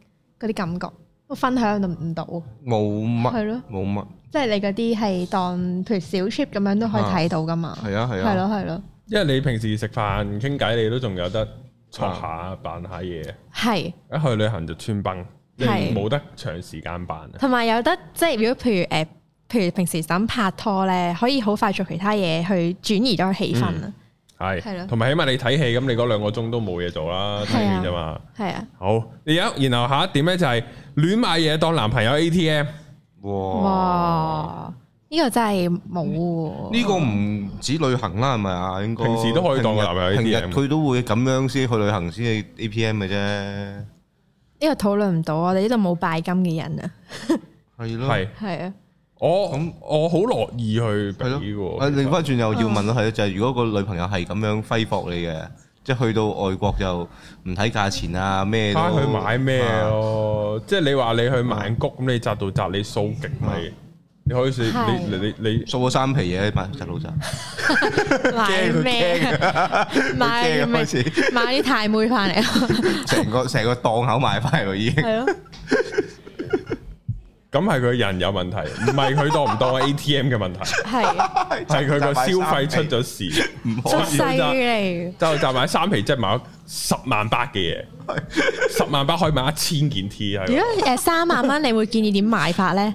嗰啲感覺，都分享唔到，
冇乜
係咯，
冇乜，
即係你嗰啲係當譬如小 trip 咁樣都可以睇到噶嘛，
係啊係
係
啊，
咯係咯，
因為你平時食飯傾偈你都仲有得戳下扮下嘢，
係。
一去旅行就穿崩，你
係
冇得長時間扮啊，
同埋有得即係如果譬如誒、呃譬如平時想拍拖咧，可以好快做其他嘢去轉移咗氣氛啊，係
係，
咯
同埋起碼你睇戲咁你嗰兩個鐘都冇嘢做啦，睇戲啫嘛。
嗯
係啊，
好，而家然後
哦
下一點咧就係亂買嘢當男朋友 ATM，
哇，
哇！呢個真係冇喎。
呢個唔止旅行啦，係咪啊？應該
平時都可以當個男人
平日
ATM
平日佢都會咁樣先去旅行先去 APM 嘅啫，
呢個討論唔到，我哋呢度冇拜金嘅人啊，
係咯，
係
係啊，
我
嗯咁
我好樂意去俾
係
嘅
咯。啊誒，
喎。
另翻轉又要問啦，係咯，就係如果個女朋友係咁樣揮霍你嘅，即係去到外國就唔睇價錢啊，咩
睇
都
下佢買咩
啊
咯，即係你話你去曼谷咁，你摘到摘你數極
啊
咪，你可以試
係
你你你你
掃咗三皮嘢，買侄老侄，
買
[LAUGHS] 驚
[LAUGHS]
佢
咩？買
佢驚
咩
開？始
買啲太妹翻嚟
[LAUGHS]
啊，
成個成個檔口買翻嚟喎已經。
係咯，
咁係佢人有問題，唔係佢當唔當 ATM 嘅
[LAUGHS]
問題，[LAUGHS]
係
係佢個消費出咗事。
唔
出
可
世嚟，
就就買三皮，即係買咗十萬八嘅嘢，十萬八可以買一千件 T 啊
如
係，
果誒三萬蚊，你會建議點買法咧？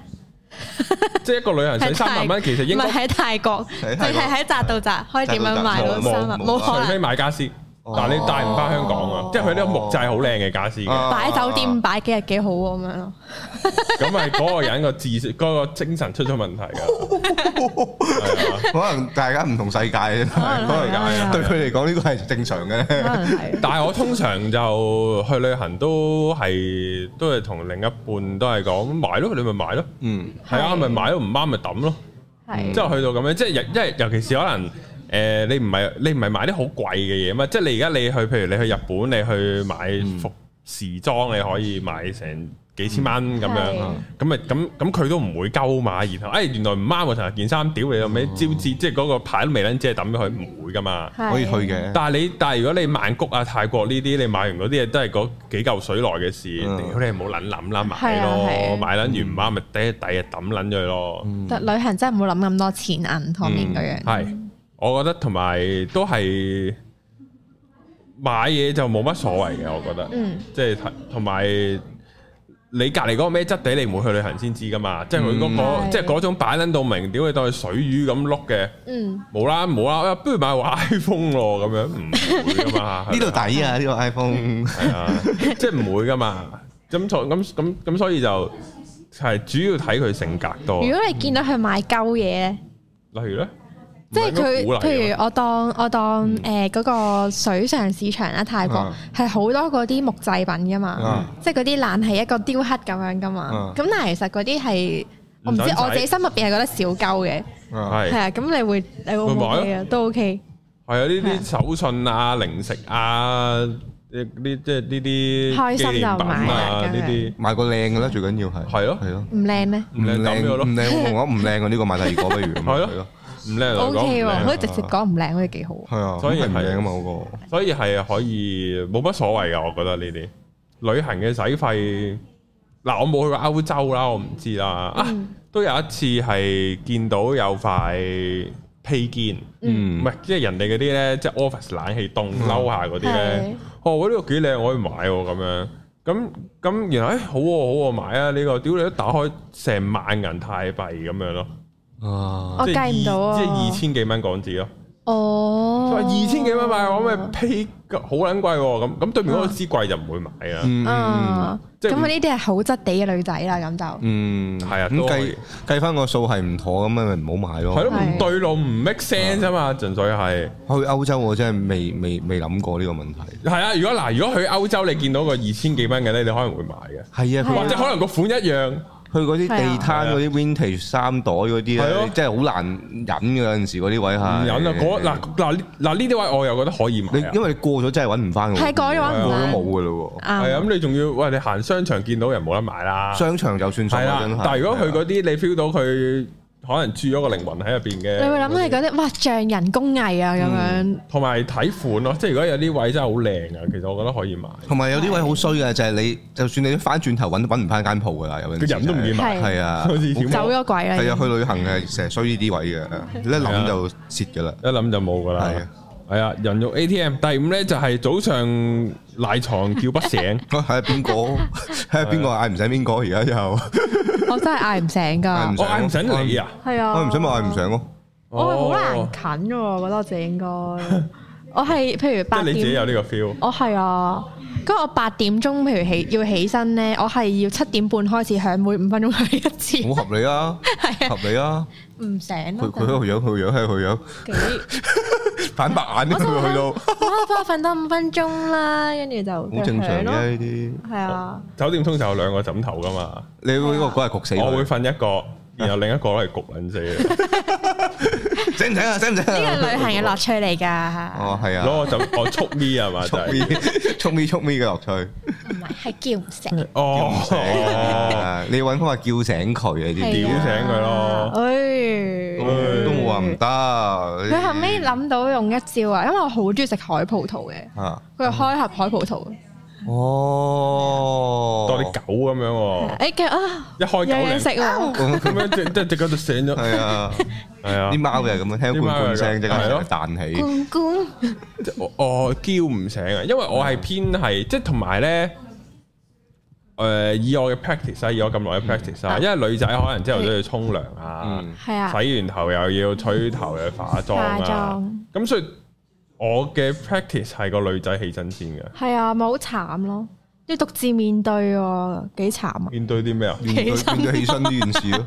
即係一個旅行
喺
社三
泰
萬蚊，其實應
唔
該
係喺泰國，
喺
淨
泰國
係喺宅到宅，可以點樣買到
宅到宅
三萬？
冇
冇
除
可
非
能，
買家私，但係你帶唔翻香港啊
哦，
即係佢呢個木製好靚嘅家私嘅，
啊
擺酒店擺幾日幾好喎咁
[LAUGHS]
樣咯。
咁係嗰個人個智識嗰個精神出咗問題㗎，係啊
可能大家唔同世界，可
能係啊
對佢嚟講呢個係正常
可
嘅。
能係
但係我通常就去旅行都係都係同另一半都係講買咯，你咪買咯，
嗯，
係啱咪買咯，唔啱咪抌咯。
係
即係去到咁樣，即係尤因為尤其是可能誒、呃你唔係你唔係買啲好貴嘅嘢嘛，即係你而家你去，譬如你去日本，你去買服
嗯
時裝，你可以買成幾千蚊咁樣
係，
咁咪咁咁佢都唔會鳩買，然後誒、哎原來唔啱喎，成日件衫屌你咁
哦
樣招致，即係嗰個牌都未撚，即係抌咗佢，唔會噶嘛。
係
可以去
嗯
嘅。
但係你，但係如果你曼谷啊、泰國呢啲，你買完嗰啲嘢都係嗰幾嚿水內嘅事，
嗯
屌你冇撚諗啦，
係
買
啊係
咯，
啊嗯
買撚完唔啱咪第一第日抌撚咗佢咯。
但旅行真係唔好諗咁多錢銀方面嗰
嗯
樣。
系，我覺得同埋都係買嘢就冇乜所謂嘅，我覺得，
嗯
即係睇同埋你隔離嗰個咩質地，你唔會去旅行先知噶嘛，即係佢嗰個
嗯
即係嗰種擺撚到明，屌你當佢水魚咁碌嘅，
哦
嗯，
冇啦冇啦，啊不如買部 [LAUGHS] iPhone 咯咁樣，唔會噶嘛，
[LAUGHS] 呢度
係咪
抵啊！呢個 iPhone
係啊，即係唔會噶嘛，咁所咁咁咁所以就係主要睇佢性格多，
如
例
果你見到佢買鳩嘢咧，
如咧，
即係
唔係
佢
啊
應該，鼓勵啊㗎嘛
譬如我當我當誒嗰個水上市場啦，泰國
嗯啊
係好多嗰啲木製品噶嘛
啊，
即係嗰啲爛係一個雕刻咁樣噶嘛
啊。
咁但係其實嗰啲係我唔知
唔使
我自己心入邊係覺得少鳩嘅，
啊
係
係。啊。咁你會你會
會買
唔
咯
OK 啊？都 à. OK。
係啊，呢啲手信啊、零食啊，呢啲即係呢啲
開心就
紀念品
買啦
啊，
咁樣
呢啲
買個靚嘅啦，最緊要係
係咯
係咯，
唔靚咩
唔靚抌咗咯
唔靚，我同我唔靚嘅呢個買第二個不如
[LAUGHS] 係咯
係咯，
唔靚嚟
？O
講唔啊
K 喎，
靚，
可以直接講唔靚，好似幾好喎。
係啊，
所以
咁係唔
係
靚啊嘛嗰個，
所以係可以冇乜所謂啊噶，我覺得呢啲旅行嘅使費，嗱我冇去過歐洲啦，我唔知啦，啊
嗯
都有一次係見到有塊披肩。唔
嗯
係，即係人哋嗰啲咧，即係 office 冷氣凍嬲下嗰啲咧
嗯係，
哦，我呢個幾靚，我可以買喎咁樣。咁咁，然後誒哎好喎好喎，買啊呢個，屌你一打開成萬銀泰幣咁樣咯，
啊，
我
即係
計唔到
二
啊
即係二千幾蚊港紙咯。佢
哦，
話二千幾蚊買，我咪披好撚貴喎咁。咁對面嗰個知貴就唔會買啊。
嗯
Ờ. 啊，
即係
咁佢呢啲係好質地嘅女仔啦，咁就
嗯，
係啊都
咁
可以
計計翻個數係唔妥咁咪唔好買咯。
係咯，唔
係
對路唔 make sense 啊嘛，純粹係
去歐洲我真係未未未諗過呢個問題。
係啊。如果嗱，如果去歐洲你見到個二千幾蚊嘅咧，你可能會買嘅，
係啊，
係啊
或者可能個款一樣。
去嗰啲地攤
係啊
嗰啲 vintage 衫袋嗰啲
係咯
咧，真係好難忍嘅有陣時嗰啲位
唔
係。
忍啊！嗰嗱嗱呢嗱呢啲位我又覺得可以買
你
啊，
因為你過咗真係揾唔翻嘅喎，
係過咗揾唔
過咗
返
冇嘅嘞
係啊
啱。
咁你仲要喂你行商場見到人冇得買啦，
喎。商場就算數
係
啦，
啦
真係。。
但係如果佢
係啊
嗰啲你 feel 到佢可能住咗個靈魂喺入邊嘅，
你會諗
嗰啲
係嗰啲哇匠人工藝啊咁樣，
同埋睇款咯，即係如果有啲位真係好靚啊，其實我覺得可以買，
同埋有啲位好衰嘅，就係你就算你翻轉頭揾揾唔翻間鋪嘅啦，有陣
個
時
人都唔見
係
買，
係
係啊，
好似小
走咗鬼啦。
係啊，
已經
去旅行係成日衰呢啲位嘅，你一諗就蝕嘅啦。
一諗就冇噶啦
係啊。
係啊，人肉 ATM 第五咧就係早上賴床叫不醒，
啊睇下邊個，睇下邊個嗌唔醒邊個，而 [LAUGHS] 家又
我真係嗌唔醒
嗌 [LAUGHS]
㗎
唔，
我嗌唔醒你啊！
係啊，
我唔想咪嗌唔醒咯。
我係好
哦
難近㗎喎，我覺得我自己應該，我係譬如
即
八
係你自己有
點，
呢個 feel。
我係啊，跟住我八點鐘，譬如起要起身咧，我係要七點半開始響，每五分鐘響一次，
好合理啊，
[LAUGHS] 係啊，
合理啊，
唔醒
佢
咯。
佢喺度樣，佢樣喺度樣，
幾
反白眼都
我真係
佢去到，
我翻瞓多五分鐘啦，跟住就
好正常啫
咯。
呢啲。
係啊，
酒店通常有兩個枕頭噶嘛，
你會呢個嗰日焗死
我會
佢，
瞓一個，然後另一個攞嚟焗撚死嘅，
醒唔醒啊？醒唔醒
呢個
啊？
係旅行嘅樂趣嚟㗎，
哦，係 [LAUGHS] 啊，
攞個枕我速咪係嘛，
速
就係
咪速咪速咪嘅樂趣。
唔係係叫唔醒，
哦，
啊你揾方法叫醒佢啊！呢
屌
啲
係啊
嘢
醒佢咯
都
唉
都冇話唔得。
啊佢後尾諗到用一招啊，因為我好中意食海葡萄嘅，
啊，
佢就開盒海葡萄。
哦，
當你狗咁樣喎，
誒嘅啊，
一開
有
狗
嘢
零
食喎，
咁
咁樣隻隻隻狗就醒咗，
係啊，
係啊
啲，貓又係咁樣聽罐罐聲，即
係
刻
咯
彈起。
罐罐
即係我我叫唔醒啊，因為我係偏係即係同埋咧。誒、以我嘅 practice 啊，以我咁耐嘅 practice 啊，
嗯
因為女仔可能之後都要沖涼啊，
嗯，
係啊，
洗完頭又要吹頭又要化妝
化
啊，
妝
咁所以我嘅 practice 係個女仔起身先嘅，
係啊，咪好慘咯，要獨自面對喎，幾慘啊！
面對啲咩啊？
面對
起身
面對起身呢件事咯，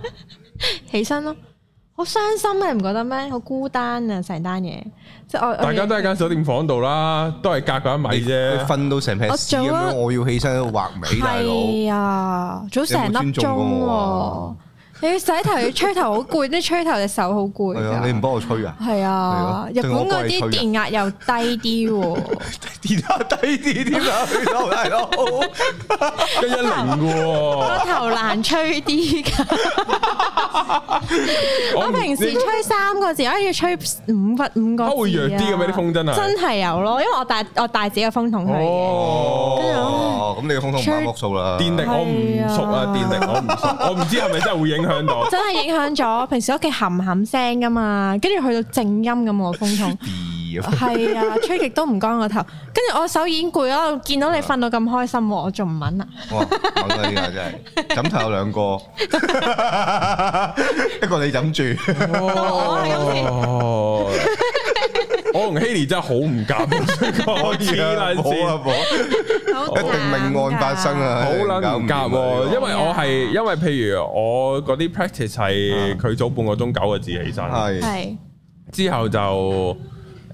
起身咯，好傷心啊！你唔覺得咩？好孤單啊！成單嘢，即係我
大家都
係
喺間酒店房度啦，都係隔嗰一
你
米
佢
啫。
瞓到成撇屎咁
我做
樣，
咗
我要起身喺度畫尾，大佬。
係啊，早成
你有冇尊
粒鐘
重過我啊
喎，你要洗頭要吹頭好攰，啲吹頭隻手好攰
係啊，你唔
㗎。
幫我吹啊？
係啊，
係咯
日本
對我
嗰啲
幫你吹啊
電壓又低啲
[LAUGHS]
喎。
電壓低啲添啊，去到大佬。
一一零嘅喎，
個頭難吹啲㗎，我平時吹三個字，我要吹五個五個字啊。
我會弱啲嘅咩啲風真係
真係有咯，因為我帶我帶自己嘅風筒去嘅。
哦，咁你空空唔啱碌數啦。，
電力我唔熟啊，電
係啊
力我唔 [LAUGHS] 熟，我唔知係咪真係會影響到。
真係影響咗平時屋企冚冚聲噶嘛，跟住去到靜音咁喎個風筒
D [LAUGHS] 啊，
係啊，吹極都唔乾個頭，跟住我手已經攰啦，我見到你瞓到咁開心喎，我仲唔揾啊？
哇，猛啊呢個真係，枕頭有兩個，一個你枕住，
哦，我同 Haley 真係好唔夾，我黐撚
冇
線
啊。冇，一定命案發生！啊！
好撚唔夾喎，因為我係因為譬如我嗰啲 practice 係
啊
佢早半個鐘九個字起身，
係
係
之後就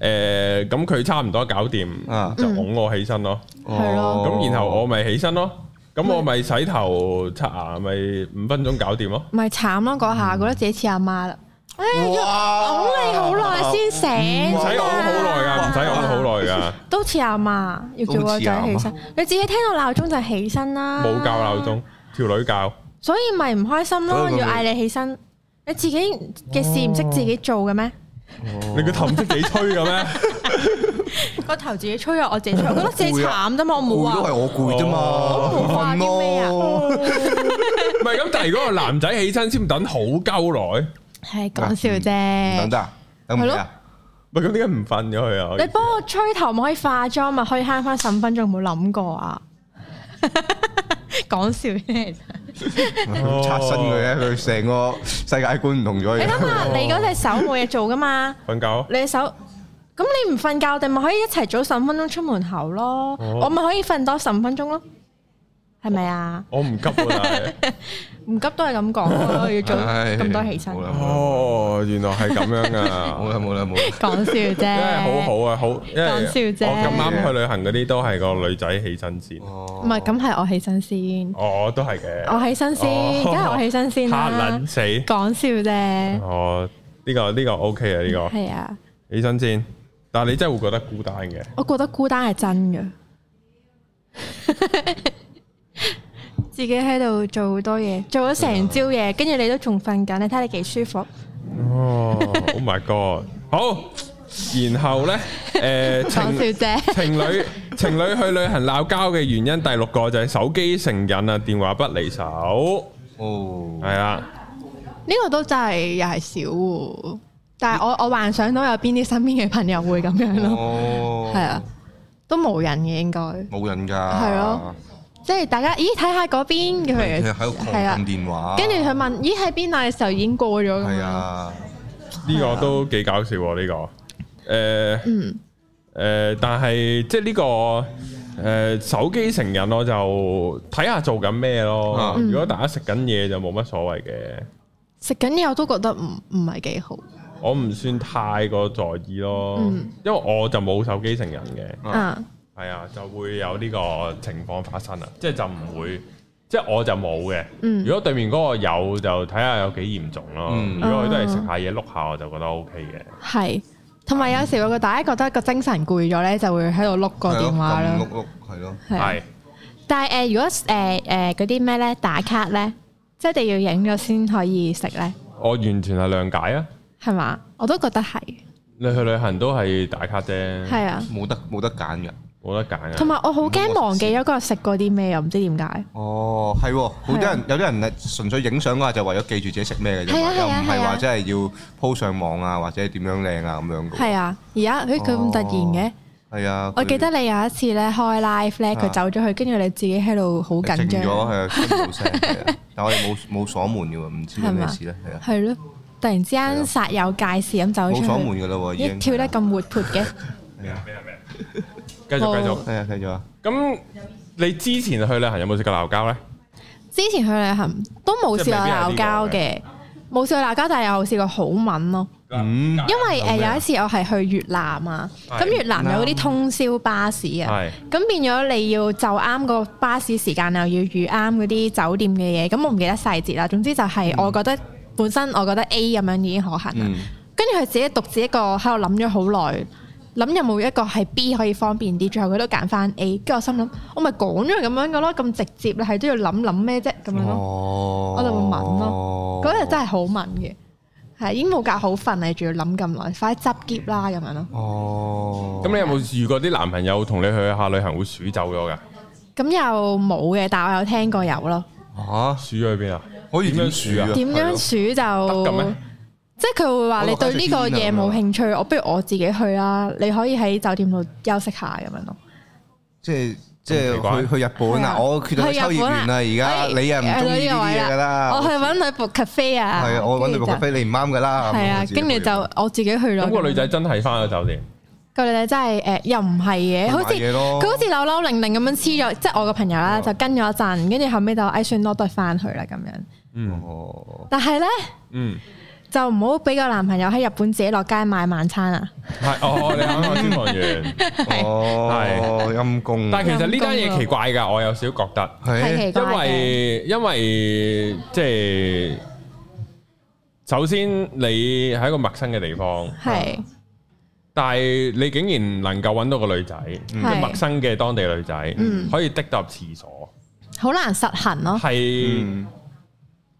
誒咁佢差唔多搞掂，
啊
就拱我起身咯。
係咯
咁然後我咪起身咯，咁我咪洗頭刷牙咪五分鐘搞掂咯。
咪慘咯？嗰下覺得自己似阿媽啦，哎呀！
哇
拱你好耐
Ừ,
先醒，
唔使
真
講
係
好耐噶，唔使講
耐，
好耐噶，
都似阿媽要叫個仔起身，你自己聽到鬧鐘就起身啦，
冇教鬧鐘，，條女教。
所以咪唔開心咯，要嗌你起身，你自己嘅事唔識自己做嘅咩？
你個頭唔識幾吹嘅 [LAUGHS] 咩？
個頭自己吹啊，我自己吹，我覺得自己慘啫嘛，我冇啊
攰都係
話
我攰啫
冇
嘛，
話
瞓
啲咩啊
咯，
唔係咁，但係如果個男仔起身先等好鳩耐，
係講笑
等
啫。
得啊，等唔得啊？
咪咁點解唔瞓咗佢啊？
你幫我吹頭咪可以化妝咪可以慳翻十五分鐘，冇諗過啊！ [LAUGHS] 講笑啫。
哦
刷新佢咧，佢成個世界觀唔同咗
你
嘅。
諗下，你嗰隻手冇嘢做噶嘛？
瞓覺咯。
你隻手，咁你唔瞓覺，我哋咪可以一齊早十五分鐘出門口咯，
哦
我咪可以瞓多十五分鐘咯，係咪啊？
我唔急喎， [LAUGHS] 但係。
唔急都係咁講咯，要早
唉
咁多起身
好，啦
哦，原來係咁
[LAUGHS]
樣
冇
啊！
啦冇啦冇啦，
講笑
因為好
啫，
好啊，好，因為
講笑啫
我咁啱去旅行嗰啲都係個女仔起身先，
唔係咁係我起身先，
哦，都係嘅，
我起身
哦
先，梗係我起身先
嚇
啦
撚，死！
講笑啫，
哦，呢個呢個 OK 啊，呢個
係啊，
起身先，但係你真係會覺得孤單嘅，
我覺得孤單係真嘅， [LAUGHS] 自己喺度做好多嘢，做咗成朝嘢，跟住你都仲瞓緊，你睇你幾舒服。
哦，Oh my God，好，然後呢，
[LAUGHS]
誒
講笑
情
啫，
情侶情侶去旅行鬧交嘅原因第六個就係手機成癮啊，電話不離手，
哦，
係啊啦，
呢個都真係又係少喎。但係我我幻想到有邊啲身邊嘅朋友會咁樣咯，
哦，
係啊，都冇人嘅應該，
冇人㗎，
係咯，即係大家咦睇下嗰邊佢
佢
哋
喺度狂
係啊
撳，電話，
跟住佢問咦喺邊啊嘅時候已經過咗㗎
係
嘛，
啊，
呢個都幾搞笑喎，呢個，誒。
嗯，
呃誒、但係即係呢個诶、手機成人我就睇下做緊咩咯。
嗯
如果大家食緊嘢就冇乜所謂嘅，
食緊嘢我都覺得唔唔係幾好。
我唔算太過在意咯，
嗯
因為我就冇手機成人嘅。
啊
啊，
係啊，就會有呢個情況發生啦，即係就唔會，即係我就冇嘅。
嗯
如果對面嗰個有，就睇下有幾嚴重咯。
嗯
如果佢都係食下嘢碌下，我就覺得 O K 嘅。
係。同埋有時我覺得大家覺得個精神攰咗咧，就會喺度碌個電話
係啊
啦
咯。撳碌碌係咯，
係啊
係
但係誒、呃如果誒誒嗰啲咩咧打卡咧，即係你要影咗先可以食咧，
我完全係諒解啊！
係嘛？我都覺得係，
你去旅行都係打卡啫，
係啊。
冇得冇得揀嘅。
冇得揀啊
同
嘅。
埋我好驚忘記咗嗰日食過啲咩，又唔知點解。
哦，係喎，好多
係啊
人有啲人係純粹影相嗰下就為咗記住自己食咩嘅啫
係
嘛，
啊係
又
啊
唔係
係
話
啊
真係要 po 上網啊，或者點樣靚啊咁樣嘅。
係啊，而家佢佢
哦
咁突然嘅，
係啊，
我
佢
記得你有一次咧開 live 咧，佢
啊
走咗去，跟住你自己喺度好緊
靜咗
張， [LAUGHS]
係啊，冇聲係啊，但我哋冇冇鎖門嘅喎，唔知
係
咩
嘛
事咧，係啊，
係咯，突然之
係啊
間煞有介事咁走出
冇鎖
去
門，嘅啦喎，已
咦
經啊
跳得咁活潑嘅，
係啊，
繼續繼續。
係啊，繼續啊，
咁你之前去旅行有冇試過鬧交呢？
之前去旅行都冇試過鬧交嘅，冇試過鬧交，但係有試過好敏咯。
嗯
因為
有咩
誒
啊
有一次我係去越南啊，
係
咁越南有嗰啲通宵巴士啊，
係
咁變咗你要就啱個巴士時間，又要預啱嗰啲酒店嘅嘢，咁我唔記得細節啦。總之就係我覺得本身我覺得 A 咁樣已經可行啦，
嗯
跟住佢自己獨自一個喺度諗咗好耐。諗有冇一個係 B 可以方便啲，最後佢都揀翻 A，跟住我心諗，我咪講咗係咁樣嘅咯，咁直接你係都要諗諗咩啫咁樣咯。
哦
我就會問
咯
嗰日真係好敏嘅，係已經冇覺好瞓，你仲要諗咁耐，快啲執結啦咁樣咯。
哦，
咁你有冇遇過啲男朋友同你去下旅行會鼠走咗㗎？
咁又冇嘅，但我有聽過有咯。
嚇
鼠咗去邊啊？
可以點
點樣
處啊？
處啊
點樣
係咯
鼠
得嘅
就
咩？
即係佢會話你對呢個嘢冇興趣，我不如我自己去啦。你可以喺酒店度休息下咁樣咯。
即係即
咁奇怪
係去去日本
係
啊！
啊
我決定去秋葉原啦，而
哎
家你又唔中意呢
去到
啲
呢個位
嘢㗎啦，
我去揾女仆 cafe 啊，
啊係啊，我揾
跟
到
住
個咖啡你唔啱㗎啦，
就係
咁，
啊
我
跟住
自己去
就我自己去咯。
咁個女仔真係翻咗酒店，
個女仔真係誒，又唔係嘅，好
買
似。
嘢咯
佢好似扭扭零零咁樣黐咗，即係我個朋友啦，就跟咗一陣，跟住後尾就唉算咯，都係翻去啦咁樣。
嗯
哦，
但係咧
嗯，
就唔好俾個男朋友喺日本自己落街買晚餐啊！
係哦，你啱啱消防員。
哦，陰公，
但係其實呢單
陰
嘢
公啊
奇怪㗎，我有少覺得。
係
係
奇
因
怪嘅，
為因為即係首先你喺一個陌生嘅地方，
係
但係你竟然能夠揾到個女仔，即係
係
陌生嘅當地女仔，
嗯
可以滴到入廁所，
好難實行咯。
係
嗯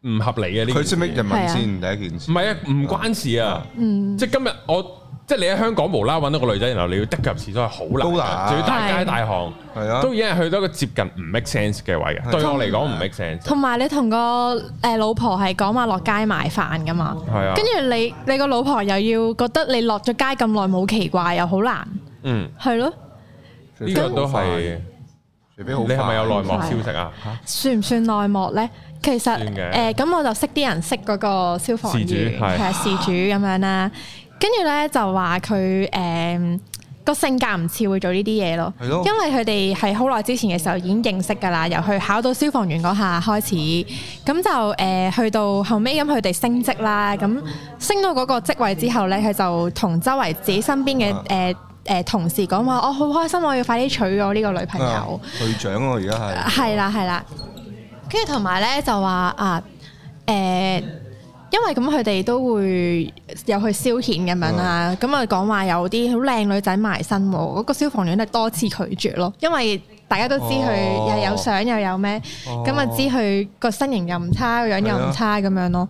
唔合理嘅呢件事？
佢識唔識日文
係啊
先第一件
唔
事？
係啊，唔關事啊，
嗯，
即係今日我。即係你喺香港無啦揾到個女仔，然後你要滴入廁所係好難
都
㗎，
難
仲要大街大巷，
係啊，
都已經係去到一個接近唔 make sense 嘅位嘅。
係
對我嚟講唔 make sense，
同埋你同個誒老婆係講話落街買飯噶嘛，
係啊
跟，住你你個老婆又要覺得你落咗街咁耐冇奇怪，又好難，
嗯，
係咯，
呢個都係。
隨便好
你
快，
係咪有內幕
快
消息啊？
算唔算內幕呢？其實
算嘅
誒咁我就識啲人識嗰個消防
事主
員
係
係啊事主咁樣啦，跟住呢，就話佢誒個性格唔似會做呢啲嘢咯。
係咯
因為佢哋係好耐之前嘅時候已經認識㗎啦，由佢考到消防員嗰下開始，咁就誒、呃去到後尾咁佢哋升職啦，咁升到嗰個職位之後呢，佢就同周圍自己身邊嘅
啊
誒誒同事講話：我好開心，我要快啲娶我呢個女朋友。
啊隊長啊，而家係
係啦係啦，跟住同埋咧就話啊誒、因為咁佢哋都會有去消遣咁樣啦，咁啊講話有啲好靚女仔埋身喎，嗰、個消防員咧多次拒絕咯，因為大家都知佢
哦
又有相又有咩，咁啊、知佢個身形又唔差，個樣又
啊
唔差咁樣咯，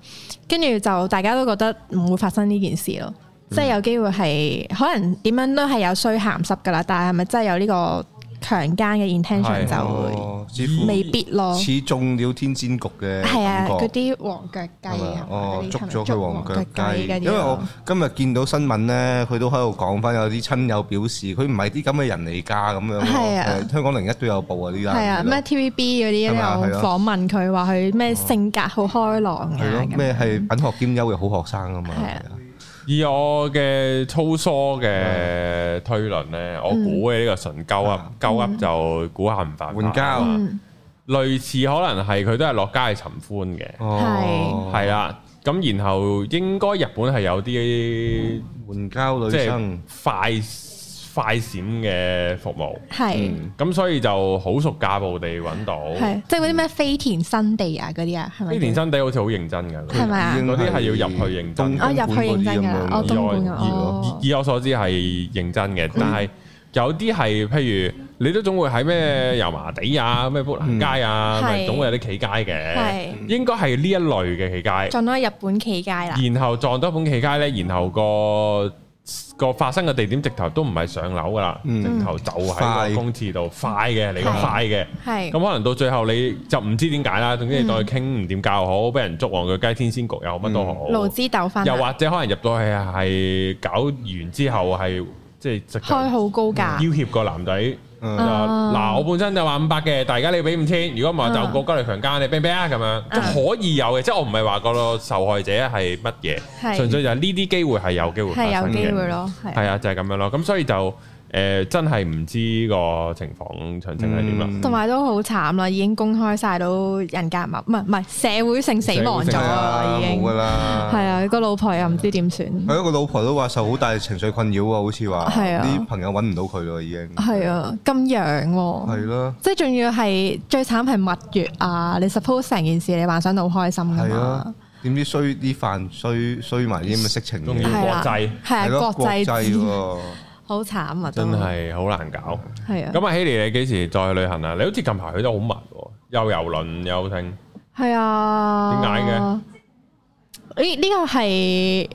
跟住就大家都覺得唔會發生呢件事咯。
嗯
即係有機會係可能點樣都係有衰鹹濕噶啦，但係係咪真係有呢個強姦嘅 intention
係
就會
哦似乎
未必咯。
似中了天仙局嘅
係
感
啊，
覺
嗰啲黃腳雞
係咪
啊，
哦
嗰，啲
捉
係咪
咗佢黃腳雞，
嗰啲啊
因為我
咯
今日見到新聞咧，佢都喺度講翻有啲親友表示，佢唔係啲咁嘅人嚟㗎咁樣咯。
係啊
誒香港零一都有報啊呢單。
係啊，咩 TVB 嗰啲
係嘛
都
係咯
有
哦
訪問佢話佢咩性格好開朗啊
係咯，
咁
咩係品學兼優嘅好學生啊嘛。
係啊
係啊
以我嘅粗疏嘅推論咧，我估嘅呢個純鳩噏
嗯，
鳩噏就估下唔犯法
換家啊嘛
嗯
類似可能係佢都係落街尋歡嘅，
哦
係啦。咁然後應該日本係有啲
援交嗯女
即係
生，
快快閃嘅服務，
係
咁所以就好熟架步地揾到。
嗯
係，即係嗰啲咩飛田新地啊嗰啲啊，係咪？
呢田新地好似好認真㗎，
係咪啊
已經
嗰啲係
係
要入去認真
東
嘅
哦入去認真
東莞嗰啲咁樣
㗎哦東莞
以
㗎
我
哦嗯
以以我所知係認真嘅，但係有啲係譬如你都總會喺咩油麻地啊、咩砵蘭街啊，
嗯
咪
係
總會有啲企街嘅，
係
應該係呢一類嘅企街，
進咗日本企街啦，
然後撞到一本企街呢，然後個個發生嘅地點直頭都唔係上樓噶啦，
嗯
直頭就喺
快
個公廁度快嘅，嚟
係
講快嘅。
係
咁可能到最後你就唔知點解啦，總之你當佢
嗯
傾唔掂教又好，俾人捉黃腳雞天仙局又好，乜都好。
勞資糾紛啊，
又或者可能入到去係搞完之後係即係直頭
開好高價，
要挟個男仔。就
嗯
啊
嗱，我本身就話五百嘅，大家你俾五千，如果唔係
啊
就國家嚟強姦你，俾唔俾啊？咁樣即係可以有嘅，即係我唔係話個受害者係乜嘢，
係
純粹就係呢啲機會係有機會發
係有
生
機
嘅，
會咯，係
係啊，就係咁樣咯。咁所以就誒真係唔知個情況詳情係點啦。
嗯
同埋都好慘啦，已經公開晒到人格物，唔係唔係社會性死亡咗
做
哦啦，已
啊冇
經
噶啦，
係啊，個老婆又唔知點算，
係一個老婆都話受好大情緒困擾啊，好似話
係啊
啲朋友揾唔到佢咯，已經
係，啊，咁樣喎。
係啦，
即係仲要係最慘係蜜月啊！你 suppose 成件事你幻想到好開心㗎
係
嗯嘛
啊？，點知衰啲飯衰衰埋啲咁嘅色情
仲要
嘢，
係
國際
係啊，
係咯
國
國
際
際
戰
喎，
好慘啊！都
真係好難搞。
係啊，
咁啊，希尼，你幾時再去旅行啊？你好似近排去得好密喎，又遊輪又剩。
係啊，
點解嘅
呢呢個係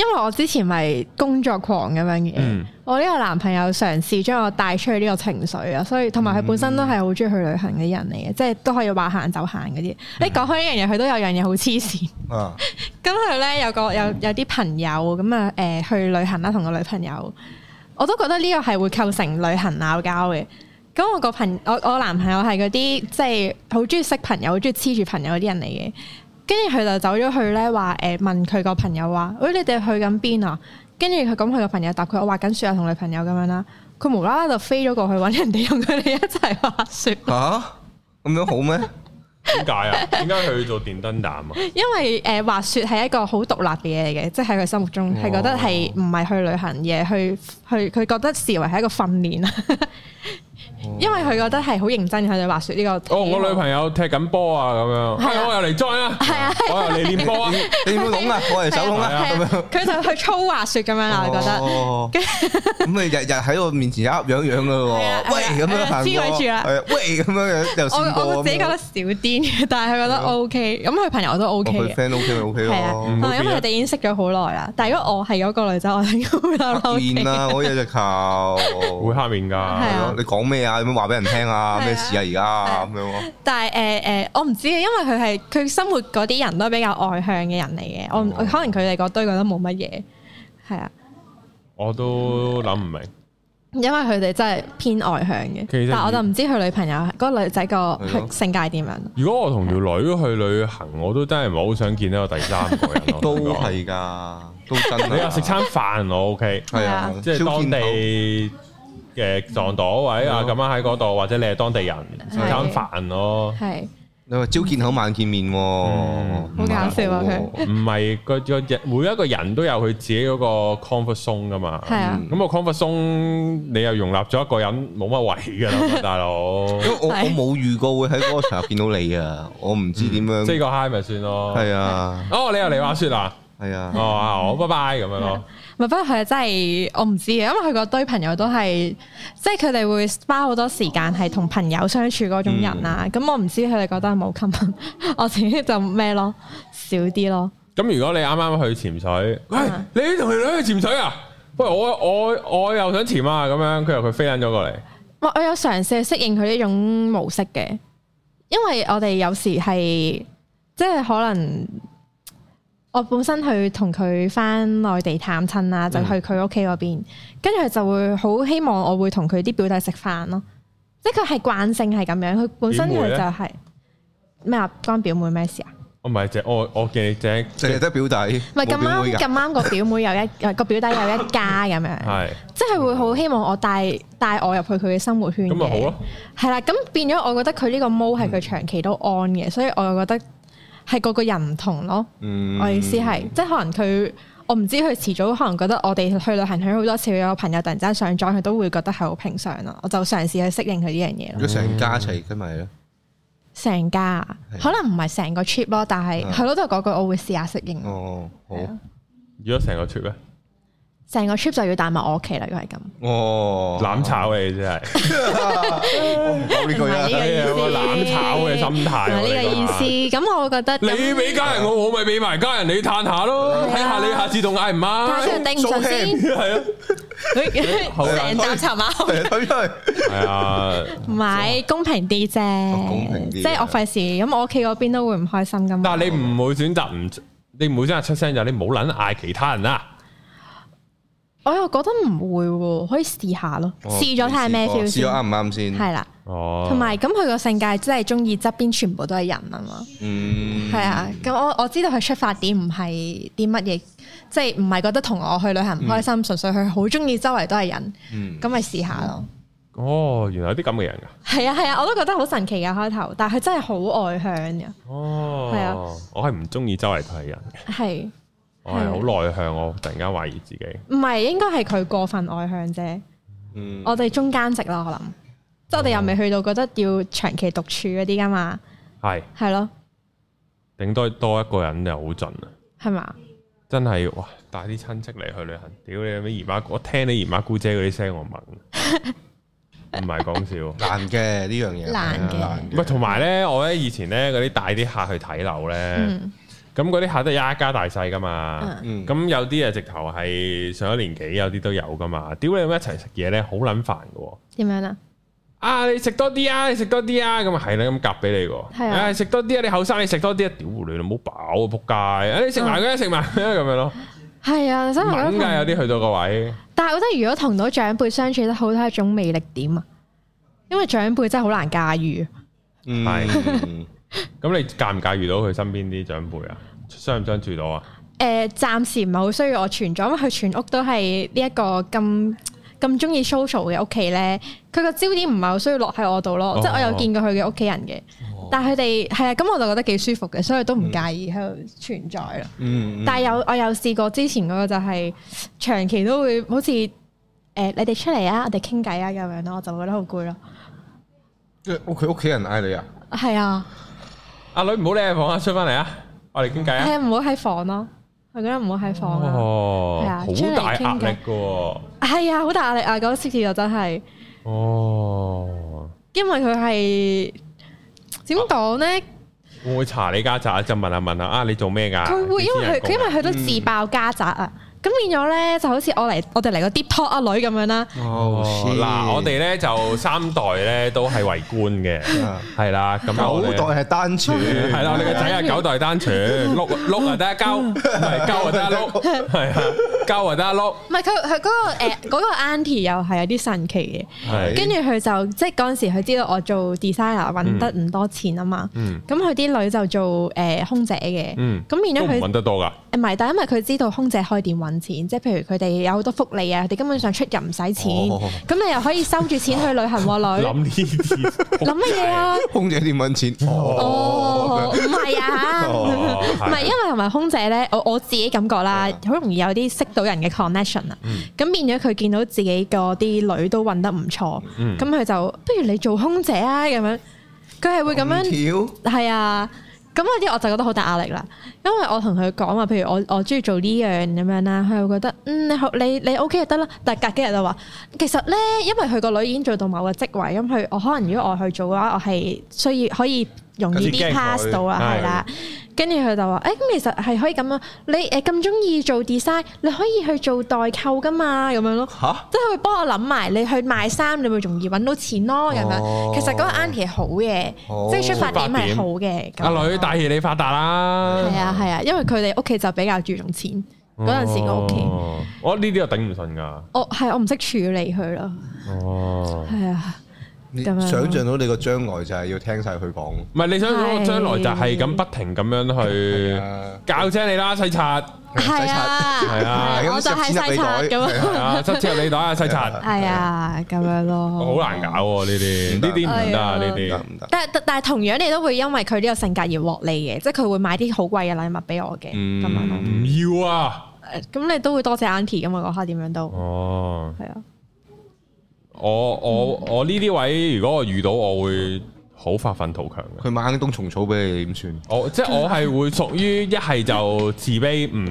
因為我之前咪工作狂咁樣嘅，
嗯
我呢個男朋友嘗試將我帶出去呢個情緒啊，所以同埋佢本身都係好中意去旅行嘅人嚟嘅，即係都可以話行就行嗰啲。你講開呢樣嘢，佢都有樣嘢好黐線。
啊，
咁佢咧有個有有啲朋友咁啊誒去旅行啦，同個女朋友，我都覺得呢個係會構成旅行鬧交嘅。咁我個朋我我男朋友係嗰啲即係好中意識朋友，好中意黐住朋友嗰啲人嚟嘅。跟住佢就走咗去咧話誒問佢個朋友話：，喂、你哋去緊邊啊？跟住佢咁佢個朋友答佢：我滑緊雪啊，同女朋友咁樣啦。佢無啦啦就飛咗過去揾人哋，同佢哋一齊滑雪。
嚇咁樣好咩？
點解啊？點解佢要做電燈膽啊？
因為誒、呃、滑雪係一個好獨立嘅嘢嚟嘅，即係喺佢心目中係覺得係唔係去旅行嘅，去去佢覺得視為係一個訓練
[LAUGHS]
啦。因為佢覺得係好認真去對滑雪呢、個。
哦，我女朋
友
友踢緊波啊，咁樣，
係啊
哎我又嚟 join 啦，我又嚟練波
[LAUGHS]
啊，
你要籠啊，我嚟手籠啦，咁樣。
啊佢就去操滑雪咁樣啦，啊我覺得。 [LAUGHS]
哦咁你日日喺我面前一噏樣樣噶咯
係啊
喎，
係啊
喂咁樣行
係啊
過
黐佢住啦
係啊喂咁樣樣又
我
試過
我自己覺
咁
得
樣。哦
少癲嘅，但係佢覺得
係咯
O K，咁佢朋友都 O
我
K
嗯哦佢
嘅，
friend OK 咪 OK
係啊，
咯
嗯，
同埋因為佢哋已經識咗好耐啦。但係如果我係嗰個女仔，我應該會嬲嬲
面
地。
啊啦，我有隻球。
會黑面㗎。
係
係
嗯啊
咯，你講咩啊？有冇話俾人聽啊？
係啊
咩事啊？而家咁樣咯，
但係誒誒，我唔知嘅，因為佢係佢生活嗰啲人都比較外向嘅人嚟嘅，我唔
哦
可能佢哋嗰堆覺得冇乜嘢，係啊，
我都諗唔明，
因為佢哋真係偏外向嘅
其實。
但我就唔知佢女朋友嗰、個女仔個
係咯
性格係點樣。
如果我同條女去旅行，我都真係唔係好想見到有第三個人。 [LAUGHS] 我
都
想講。
係㗎，都真㗎。
你話食餐飯我 OK，
係啊，
即係
超
當
見頭
地嘅撞到，或者啊咁
係咯
啱喺嗰度，或者你係當地人食餐飯咯。
係
你話朝見口晚見面喎，
嗯
好搞笑啊佢
唔係個個人每一個人都有佢自己嗰個 comfort zone 噶
嗯
嘛。
係啊，
咁個 comfort zone 你又容納咗一個人，冇乜位㗎啦，大佬。
因為我我
係
冇預告會喺嗰個場合見到你啊，我唔知點
即係
樣。
個 high 咪算咯。
係啊，
哦，你又嚟滑雪啦？
係啊。
哦，啊我拜拜咁樣咯。
唔係不過佢真係我唔知嘅，啊因為佢嗰堆朋友都係即係佢哋會花好多時間係同朋友相處嗰種人啦。咁、我唔知佢哋覺得有冇 common，我 [LAUGHS] 自己就咩咯，少啲咯。
咁如果你啱啱去潛水，喂
啊，
你同條女去潛水啊？喂，我我我又想潛啊！咁樣佢又佢飛撚咗過嚟，
我我有嘗試適應佢呢種模式嘅，因為我哋有時係即係可能我本身去同佢翻內地探親啦，就去
嗯
佢屋企嗰邊，跟住佢就會好希望我會同佢啲表弟食飯咯，即係佢係慣性係咁樣，佢本身
表妹
佢
呢
就係咩啊關表妹咩事啊？
哦我唔係隻，我我見你隻
淨係得表弟，
唔係咁
冇表妹㗎
啱咁啱個表妹有一個表弟有一家
[LAUGHS]
咁樣，
係
即係會好希望我帶帶我入去佢嘅生活圈
咁啊咪好
嘅
咯，。
係啦，咁變咗我覺得佢呢個毛係佢長期都 on 嘅，所以我又覺得係個個人唔同咯。
嗯
我意思係，即係可能佢，我唔知佢遲早可能覺得我哋去旅行去好多次，有朋友突然之間上咗，佢都會覺得係好平常咯。我就嘗試去適應佢呢樣嘢
如
咯。
果成家一齊，咁咪咧，
成家
係
可能唔係成個 trip 咯，但係
啊
嗯
係咯，都係嗰句，我會試下適應。
嗯
哦，好，
係啊
如果成個 trip 咧，
成個 trip 就要帶埋我屋企啦，如果係咁。
哦，
攬炒你真係。
[LAUGHS] 我唔講呢句
唔係呢個
啦，
有個攬炒嘅心態啊
嗱
喎，
呢個意思，咁我覺得
你講
咁啊
下。你俾家人我，我咪俾埋家人你嘆下咯，
係啊
睇下你下次仲嗌唔
但係
啱。
佢頂唔順 [LAUGHS] 先，
係啊，好啊
成集沉啊！
係啊推出去，
係啊，
唔係公平啲啫，
哦公平啲啊
即係我費事，咁我屋企嗰邊都會唔開心噶嘛。
但係你唔會選擇唔，你唔會真係出聲就係你唔好撚嗌其他人啊啦。
我又覺得唔會喎，可以試下咯，
哦
試咗睇下咩 feel
試
先
咗，啱唔啱先，
係啦。
哦，
同埋咁佢個性格真係中意側邊全部都係人啊嘛，
嗯，
係啊。咁我我知道佢出發點唔係啲乜嘢，即係唔係覺得同我去旅行唔開心，純粹佢好中意周圍都係人，
嗯，
咁咪試下咯。
哦，原來有啲咁嘅人㗎。
係啊係啊，我都覺得好神奇嘅開頭，但係佢真係好外向嘅，
哦，
係啊，
我係唔中意周圍睇人，
係啊
我係好內向，我突然間懷疑自己。
唔係應該係佢過分外向啫？
嗯
我哋中間值咯，我諗，即係我哋又未去到覺得要長期獨處嗰啲噶嘛，
係，
係咯，
頂多多一個人就好盡啦。
係嘛？
真係哇！帶啲親戚嚟去旅行，屌你咩姨媽，我聽你姨媽姑姐嗰啲聲，我問，唔係講笑。
難嘅呢樣嘢，
難嘅
難
唔係同埋咧，我咧以前咧嗰啲帶啲客去睇樓咧，
嗯
咁嗰啲客都係一家大細噶嘛。
嗯
咁有啲啊直頭係上咗年紀，有啲都有噶嘛。屌你咩一齊食嘢咧，好撚煩嘅喎。
點樣啊？
啊！你食多啲啊！你食多啲啊！咁啊係啦，咁夾俾你喎。
係啊
唉食多啲啊！你後生你食多啲啊！屌你老母飽啊！仆街！啊你食埋佢啊！食埋佢啊！咁樣 [LAUGHS] 咯，
係啊，真係我
猛
覺得
㗎有
同
啲去到個位。
但係我覺得如果同到長輩相處得好，都係一種魅力點啊，因為長輩真係好難駕馭。
嗯
係咁你介唔介遇到佢身邊啲長輩啊？相唔相處到啊？
誒、暫時唔係好需要我存咗，因為佢全屋都係呢一個咁咁中意 social 嘅屋企咧，佢個焦點唔係好需要落喺我度咯，
哦
即係我有見過佢嘅屋企人嘅，但係佢哋係啊，咁我就覺得幾舒服嘅，所以都
嗯
唔介意喺度存在咯。
嗯，
但係
係
有我有試過之前嗰個就係、長期都會好似誒、你哋出嚟啊，我哋傾偈啊咁樣咯，我就覺得好攰咯。
佢屋企人嗌你啊，
係啊，
阿女唔好匿喺房啊，出翻嚟啊！我哋傾偈啊！
係啊，唔好喺房咯，我覺得唔好喺房啊。
哦
係啊，
好大壓力嘅喎。
係啊，好大壓力啊！嗰次就真係。
哦，
因為佢係點講咧？
會唔會查你家宅啊？就問下問下啊，你做咩㗎？
佢會因
你私
為
人
佢
工
佢因為
啊
佢都自爆家宅啊，咁變咗咧就好似我嚟我哋嚟個 deep talk 阿女咁樣啦，
哦
哦嗱，我哋咧就三代咧都係為官嘅，係啦，咁我哋
啊九代係單傳，
係啦，我哋個仔係
單
九代單
[LAUGHS]
傳，碌碌啊得一交，唔係交啊得一
[LAUGHS]
碌，係啊，交啊得一碌，
唔係佢佢嗰個誒嗰個 auntie 又係有啲神奇
係
嘅，跟住佢就即係嗰陣時佢知道我做 designer 揾得唔多錢啊嘛，
嗯
咁佢啲女就做誒空姐嘅，
嗯，
咁變
都
咗
唔
佢
揾得多㗎。
唔係，但因為佢知道空姐開店揾錢，即係譬如佢哋有好多福利啊，佢哋根本上出入唔使錢，
哦
咁你又可以收住錢去旅行
[LAUGHS]
喎女，
諗呢啲
[LAUGHS] 諗乜嘢啊？
空姐點揾錢？
哦，唔係啊，
[LAUGHS] 哦
唔係因為同埋空姐咧，我我自己感覺啦，好容易有啲識到人嘅 connection 啊，咁變咗佢見到自己嗰啲女都揾得唔錯，
嗯
咁佢就不如你做空姐啊咁樣，佢係會咁
哦
樣
樣
係啊。咁嗰啲我就覺得好大壓力啦，因為我同佢講話，譬如我我中意做呢樣咁樣啦，佢又覺得嗯你好你你 OK 就得啦，但係隔幾日就話其實咧，因為佢個女已經做到某個職位，咁佢我可能如果我去做嘅話，我係需要可以容易
佢
啲
驚佢
pass 到啊，
係
係啦。跟住佢就話：誒、咁其實係可以咁樣，你誒咁中意做 design，你可以去做代購噶嘛，咁樣咯。
嚇，
即係佢會幫我諗埋，你去賣衫，你咪容易揾到錢咯，咁樣。
哦
其實嗰個 auntie 係好嘅，
哦
即係出發點係好嘅。咁樣
阿女大爺你發達啦，
係啊係啊，因為佢哋屋企就比較注重錢嗰陣時個屋企，哦啊
哦，我呢啲又頂唔順㗎。
我係我唔識處理佢咯，
哦，
係啊。
你
咁樣咯
想象到你個將來就係要聽晒佢講。
唔係你想
係
講將來就係咁不停咁樣去
啊
教車你啦，西
[LAUGHS]
刷
係啊，
係啊
我就係細擦咁樣，
係啊，執車你打啊，西刷
係啊，咁樣咯，
好難搞喎呢啲，
唔得
呢啲唔得啊
係啊
呢
唔
啲
得。唔得，
但但但係同樣你都會因為佢呢個性格而獲利嘅，即係佢會買啲好貴嘅禮物俾我嘅
嗯
嗯
咁樣咯。
唔要啊！
誒咁你都會多謝 Auntie 噶嘛？嗰刻點樣都
哦，
係啊，
我我我呢啲位，如果我遇到，我會好發奮圖強嘅。
佢買啲冬蟲草俾你點算？
我
[LAUGHS]
即係我係會屬於一係就自卑，唔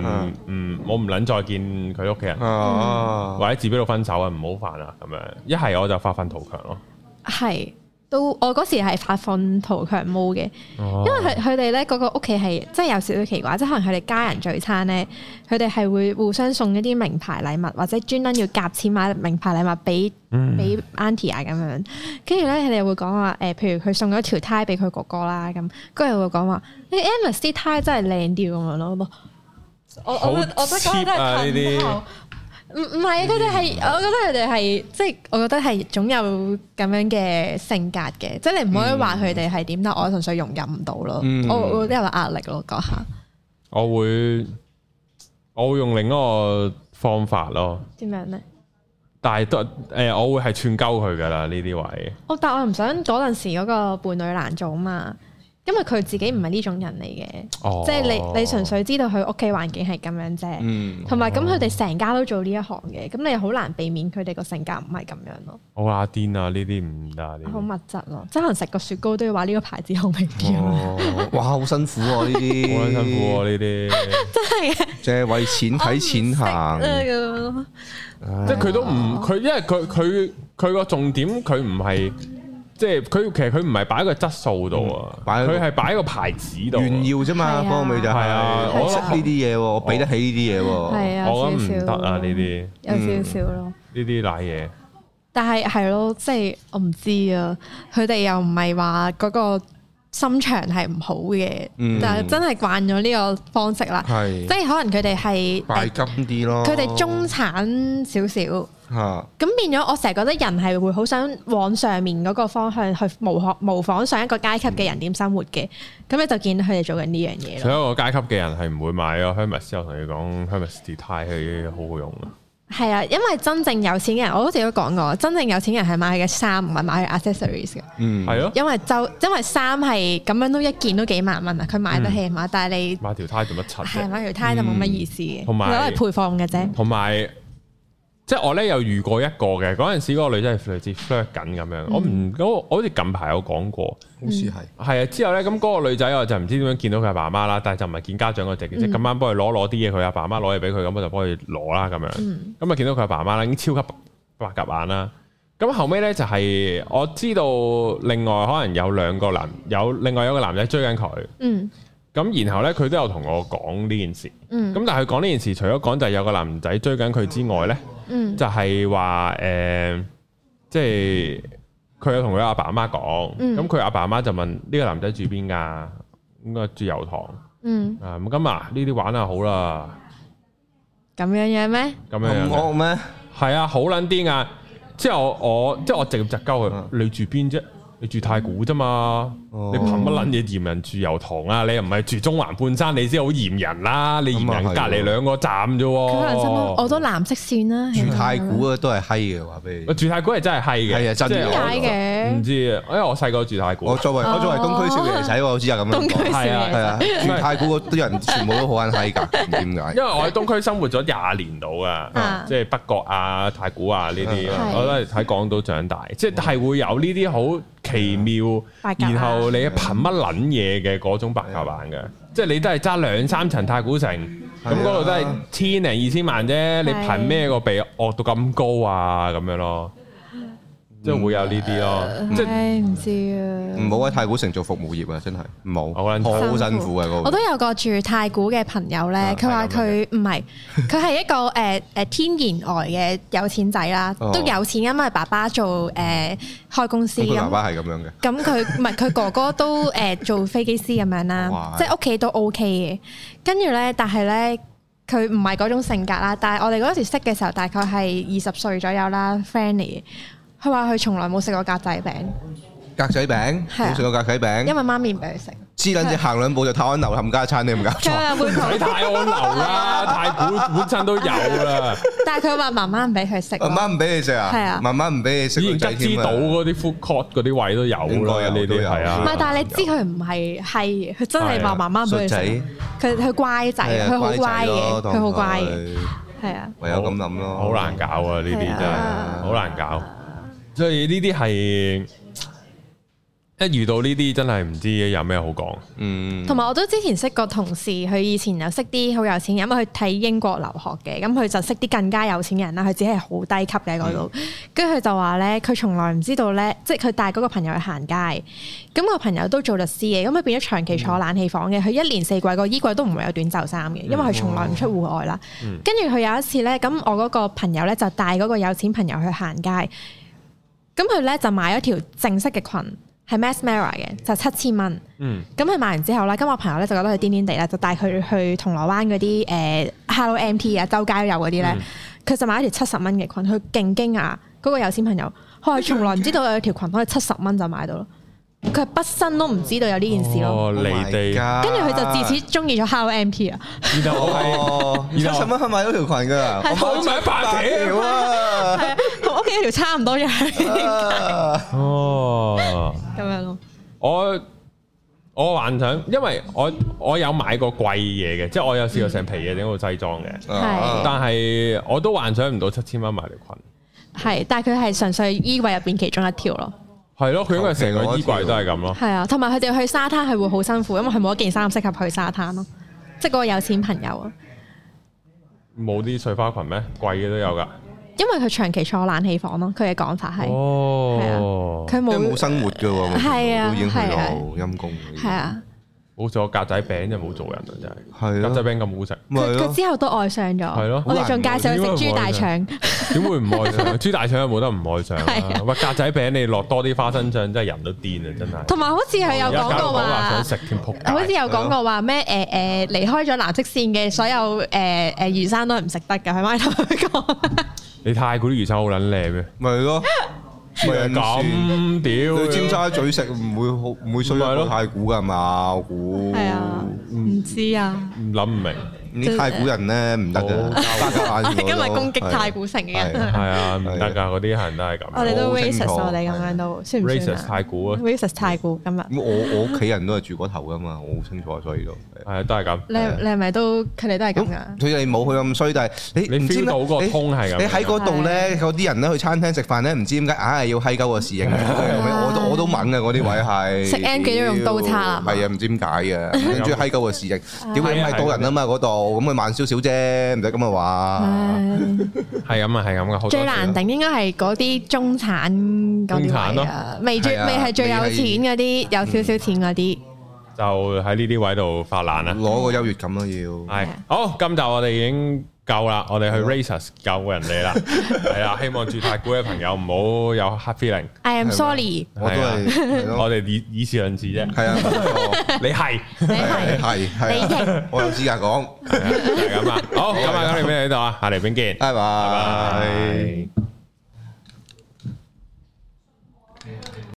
嗯
唔，我唔撚再見佢屋企人，
啊，
或者自卑到分手啊，唔好煩啊咁樣。一係我就發奮圖強咯。
係都我嗰時係發奮圖強毛嘅，
因
因為佢佢哋咧嗰個屋企係真係有少少奇怪，即係可能佢哋家人聚餐咧，佢哋係會互相送一啲名牌禮物，或者專登要夾錢買名牌禮物俾
嗯
俾 Auntie 啊咁樣。跟住咧，佢哋會講話誒，譬如佢送咗條 tie 俾佢哥哥啦，咁跟住會講話你 Amos 啲 tie 真係靚啲咁樣咯。我我
好
我覺得我覺得
cheap 啊呢
真係近
啲嗯
頭。唔唔係，佢哋係，我覺得佢哋係，即係我覺得係總有咁樣嘅性格嘅，即係你唔可以話佢哋係點，但我純粹容忍唔到咯，
嗯
我我有壓力咯嗰下，
我會我會用另一個方法咯，
點樣咧？
但係都誒，我會係串鳩佢噶啦呢啲位。
我但我又唔想嗰陣時嗰個伴侶難做嘛，因為佢自己唔係呢種人嚟嘅，
哦，
即係你你純粹知道佢屋企環境係咁樣啫，
嗯，
同埋咁佢哋成家都做呢一行嘅，咁你好難避免佢哋個性格唔係咁樣咯，
好阿癲啊！呢啲唔得
嗯
啊，呢
好
啲
物質咯，即係可能食個雪糕都要話呢個牌子好明顯，
哦哇，好辛苦啊呢啲，
好撚辛苦啊喎呢啲，
真係嘅。
即係為錢睇錢行，
嗯
即係佢都唔佢，因為佢佢佢個重點佢唔係。即係佢其實佢唔係擺喺個質素度啊
嗯，擺喺個
佢係擺喺個牌子度啊。
炫耀啫嘛，
係啊
嗰個咪就係
係啊
我
我
識呢啲嘢喎，我俾得起呢啲嘢喎，
係啊，
我諗
少
唔
少
得啊！呢啲呢
有少少
嗯
咯。
啲賴嘢，
但係係咯，即係我唔知啊。佢哋又唔係話嗰個心腸係唔好嘅，
嗯
但係真係慣咗呢個方式啦。即
係
係可能佢哋係
拜哦
誒
金啲咯，
佢哋中產少少。
嚇
咁變咗，我成日覺得人係會好想往上面嗰個方向去模學模仿上一個階級嘅人點生活嘅，咁你就見到佢哋做緊呢樣嘢
所
咯。
以我階級嘅人係唔會買咯。Hermes 我同你講，Hermes 啲呔係好好用啊。係
係啊，因為真正有錢嘅人，我好似都講過，真正有錢人係買佢嘅衫，唔係買佢 accessories 嘅。
嗯
咯，
因為就因為衫係咁樣都一件都幾萬蚊啊，佢買得起嘛，但係你
嗯買條呔做乜柒
係啊
啫？
買條呔就冇乜意思嘅，
同埋
攞嚟配放嘅啫。
同埋，即係我咧有遇過一個嘅，嗰陣時嗰個女仔係類似 flirt 緊咁樣，我唔嗰個我好似近排有講過，
好似係
係啊。之後咧咁嗰個女仔我就唔知點樣見到佢阿爸媽啦，但係就唔係見家長嗰隻，即係咁啱幫佢攞攞啲嘢，佢阿爸媽攞嘢俾佢，咁我就幫佢攞啦咁樣。咁啊見到佢阿爸媽啦，已經超級白鴿眼啦。咁後尾咧就係、我知道另外可能有兩個男有另外有個男仔追緊佢，
嗯
咁然後咧佢都有同我講呢件事。
嗯
咁但係佢講呢件事，除咗講就係有個男仔追緊佢之外呢，
嗯
就係話誒，即係佢有同佢阿爸阿媽講，
嗯
咁佢阿爸阿媽就問呢個男仔住邊㗎？應該住油塘
嗯，
啊，咁咁啊呢啲玩下好啦，
咁樣樣咩？
咁樣
咁
樣嘅
惡咩？
係啊，好撚癲啊！之後我我即係我直接窒鳩佢
嗯，
你住邊啫？你住太古啫嘛？
哦
你憑乜撚嘢嫌人住油塘啊？你又唔係住中環半山，你先好嫌人啦！你嫌人
咁啊
隔
係
離
喎嗯
兩個站啫喎。
佢可能心諗我都藍色線啦，
住太古啊都係閪嘅話俾
喂
你，
住太古係真係閪嘅，
係啊真嘅
即係
點
我
解
唔
嘅？
知啊，因為我細個住太古，
我作為我作為東區少爺仔，我好似係咁
哦東
樣
區
講，
少
係
係
啊
爺，
啊，住太古嗰啲人全部都好撚閪㗎，唔知點解
[LAUGHS]
因為？我喺東區生活咗廿年到啊
啊，
即係北角啊、太古啊呢啲，
係嗯
我都係喺港島長大，即係會有呢啲好奇妙，
白鴿眼
然後你憑乜撚嘢嘅嗰種白鴿眼
嗯
嘅，即係你都係揸兩三層太古城，
啊
咁嗰度都係千零二千萬啫，你憑咩個鼻惡到咁高啊咁樣咯，即係會有呢啲
嗯
咯，即係
唉唔知啊。
唔好喺太古城做服務業啊，真係唔
好
好，
撚
好辛苦啊嗰
我
個
都有個住太古嘅朋友
啊
咧，佢
係
話
咁
佢唔係，佢係一個 [LAUGHS] 誒誒、呃天然呆嘅有錢仔啦，
哦
都有錢，因為爸爸做誒、呃、開公司
咁佢
咁
爸。爸係咁樣嘅。
咁佢唔係佢哥哥都 [LAUGHS] 誒、呃做飛機師咁樣啦
哇，
即係屋企都 OK 嘅。跟住咧，但係咧佢唔係嗰種性格啦。但係我哋嗰時識嘅時候，大概係二十歲左右啦，friend 嚟嘅。佢話佢從來冇食過格仔餅，
格仔餅，
係啊
冇食過格仔
因
餅，
為媽咪唔俾佢食。
黐撚只行兩步就泰安樓冚家產，你有冇搞 [LAUGHS]
佢
錯？
話會
唔使太安流啦，太本本身都有啦，
但係佢話媽媽唔俾佢食咯。
媽媽唔俾你食啊？
係啊
媽媽唔俾你食
以
女
前
仔
吉之
添
島
啊！
嗰啲 food court 嗰啲位都有
應該
啦，
有
呢
都
啲
有
係啊，
唔係，但係你知佢唔係係，佢真係話媽媽唔俾
係
佢食
啊。
佢佢乖仔，
係啊
佢好
仔
乖嘅，
咯當
佢好乖嘅，
佢
係啊。
唯有咁諗咯。
好難搞啊！呢啲
係啊
真係好難搞，所以呢啲係一遇到呢啲真係唔知有咩好講。
嗯，
同埋我都之前識個同事，佢以前有識啲好有錢人，因為佢睇英國留學嘅，咁佢就識啲更加有錢人啦。佢只係好低級嘅嗰度，跟住佢就話咧，佢從來唔知道咧，即係佢帶嗰個朋友去行街，咁個朋友都做律師嘅，咁佢變咗長期坐冷氣房嘅，佢一年四季個衣櫃都唔會有短袖衫嘅，因為佢從來唔出戶外啦。跟住佢有一次咧，咁我嗰個朋友咧就帶嗰個有錢朋友去行街，咁佢咧就買咗條正式嘅裙，係 Max Mara 嘅，就七千蚊。
嗯，
咁佢買完之後咧，咁我朋友咧就覺得佢癲癲地啦，就帶佢去銅鑼灣嗰啲誒 Hello MT 啊，周街都有嗰啲咧
嗯，
佢、就買一條七十蚊嘅裙，佢勁驚訝嗰、個有錢朋友，佢係從來唔知道有條裙可以七十蚊就買到咯，佢係畢生都唔知道有呢件事咯，
哦，離地，
跟住佢就自此中意咗 Hello MT [LAUGHS] 啊，
然後我係
哦，七
然後
十蚊去買咗條裙㗎，
係
我買八條
條啊！
係啊，同屋企嗰條差唔多樣
啊
哦。
咁樣咯，
我我幻想，因為我我有買過貴嘢嘅，即係我有試過成皮嘢整到西裝
嗯
嘅，
係
但係我都幻想唔到七千蚊買條裙。
係，但係佢係純粹衣櫃入邊其中一條咯，
係咯，佢應該成個衣櫃都係咁咯。
係啊，同埋佢哋去沙灘係會好辛苦，因為佢冇一件衫適合去沙灘咯，即係嗰個有錢朋友啊。
冇啲碎花裙咩？貴嘅都有㗎。
因為佢長期坐冷氣房咯，佢嘅講法係，啊
哦，
佢
因為冇
冇
生活㗎喎，
係啊
都已經去到
係啊
陰公。
係啊，
好似我格仔餅就冇做人啊，真係。
係咯
格仔餅咁好食，
咪
佢
係
佢
咯，
之後都愛上咗
係咯，
我哋仲介紹佢食豬大腸，
點會唔愛上？豬大腸有冇得唔愛上
係啊
啊？喂，格仔餅你落多啲花生醬，真係人都癲啊！真係。
[LAUGHS] 同埋好似佢有
而家搞
講
到
過
講話
話
想。食添，仆街。
好似有講過話咩？誒誒，離開咗藍色線嘅所有誒誒魚生都係唔食得㗎，係咪同佢講？
你太古啲魚生好撚靚咩？
咪係咯，咪
咁屌，
去尖沙咀食唔會好，唔會衰
咪係
過
咯
太古㗎嘛？我估
係啊，唔知啊。
唔諗唔明，
啲太古人咧唔得
好
嘅，巴夾
我
眼
哋 [LAUGHS] 今日攻擊太
古，
古城嘅人，
係啊，唔得噶，嗰啲人都係
我
咁。
哋都
好清楚
racist 啊我哋咁樣都算唔
racist
算啊
太古啊，
？racist 太古今日，
咁我我屋企人都係住嗰頭㗎嘛，我好清楚，所以都。係
係啊，都係咁。
你係你係咪都佢哋都係咁㗎？
佢哋冇佢咁衰，但係你
你
唔知
feel
咩
到個
你
通係咁樣
你喺嗰度咧，嗰啲人咧去餐廳食飯咧，唔知點解硬係要閪鳩個侍應，啊
[LAUGHS]
我都我都猛啊嘅嗰啲位係
食 M 記都用刀叉啊
係啊，唔知點解嘅，跟住閪鳩個侍應，屌你
係啊
閪多人啊嘛嗰度，咁佢慢少少啫，唔使咁啊話，
唉。
係咁啊，係咁噶，好多
最難頂應該係嗰啲中產嗰啲位
中
啊，未最
係啊
未係最有錢嗰啲，有少少錢嗰啲，
就喺呢啲位度發難啊啦。
攞個優越感咯要。
係好，今集我哋已經夠啦，我哋去 racist 救人
[LAUGHS]
哋啦，係啦，希望住太古嘅朋友唔好有 hard feeling，
I am
係咪
sorry，
我都
啊
係係
我
咯，
哋以以事論事啫。
[LAUGHS] 係啊，冇錯
你係
[LAUGHS] 你
係
係
係
你
係
贏
啊，我有資格講，
係啊就係咁啊。好，咁啊，今日嚟邊度啊？下嚟邊見，拜
拜拜
拜。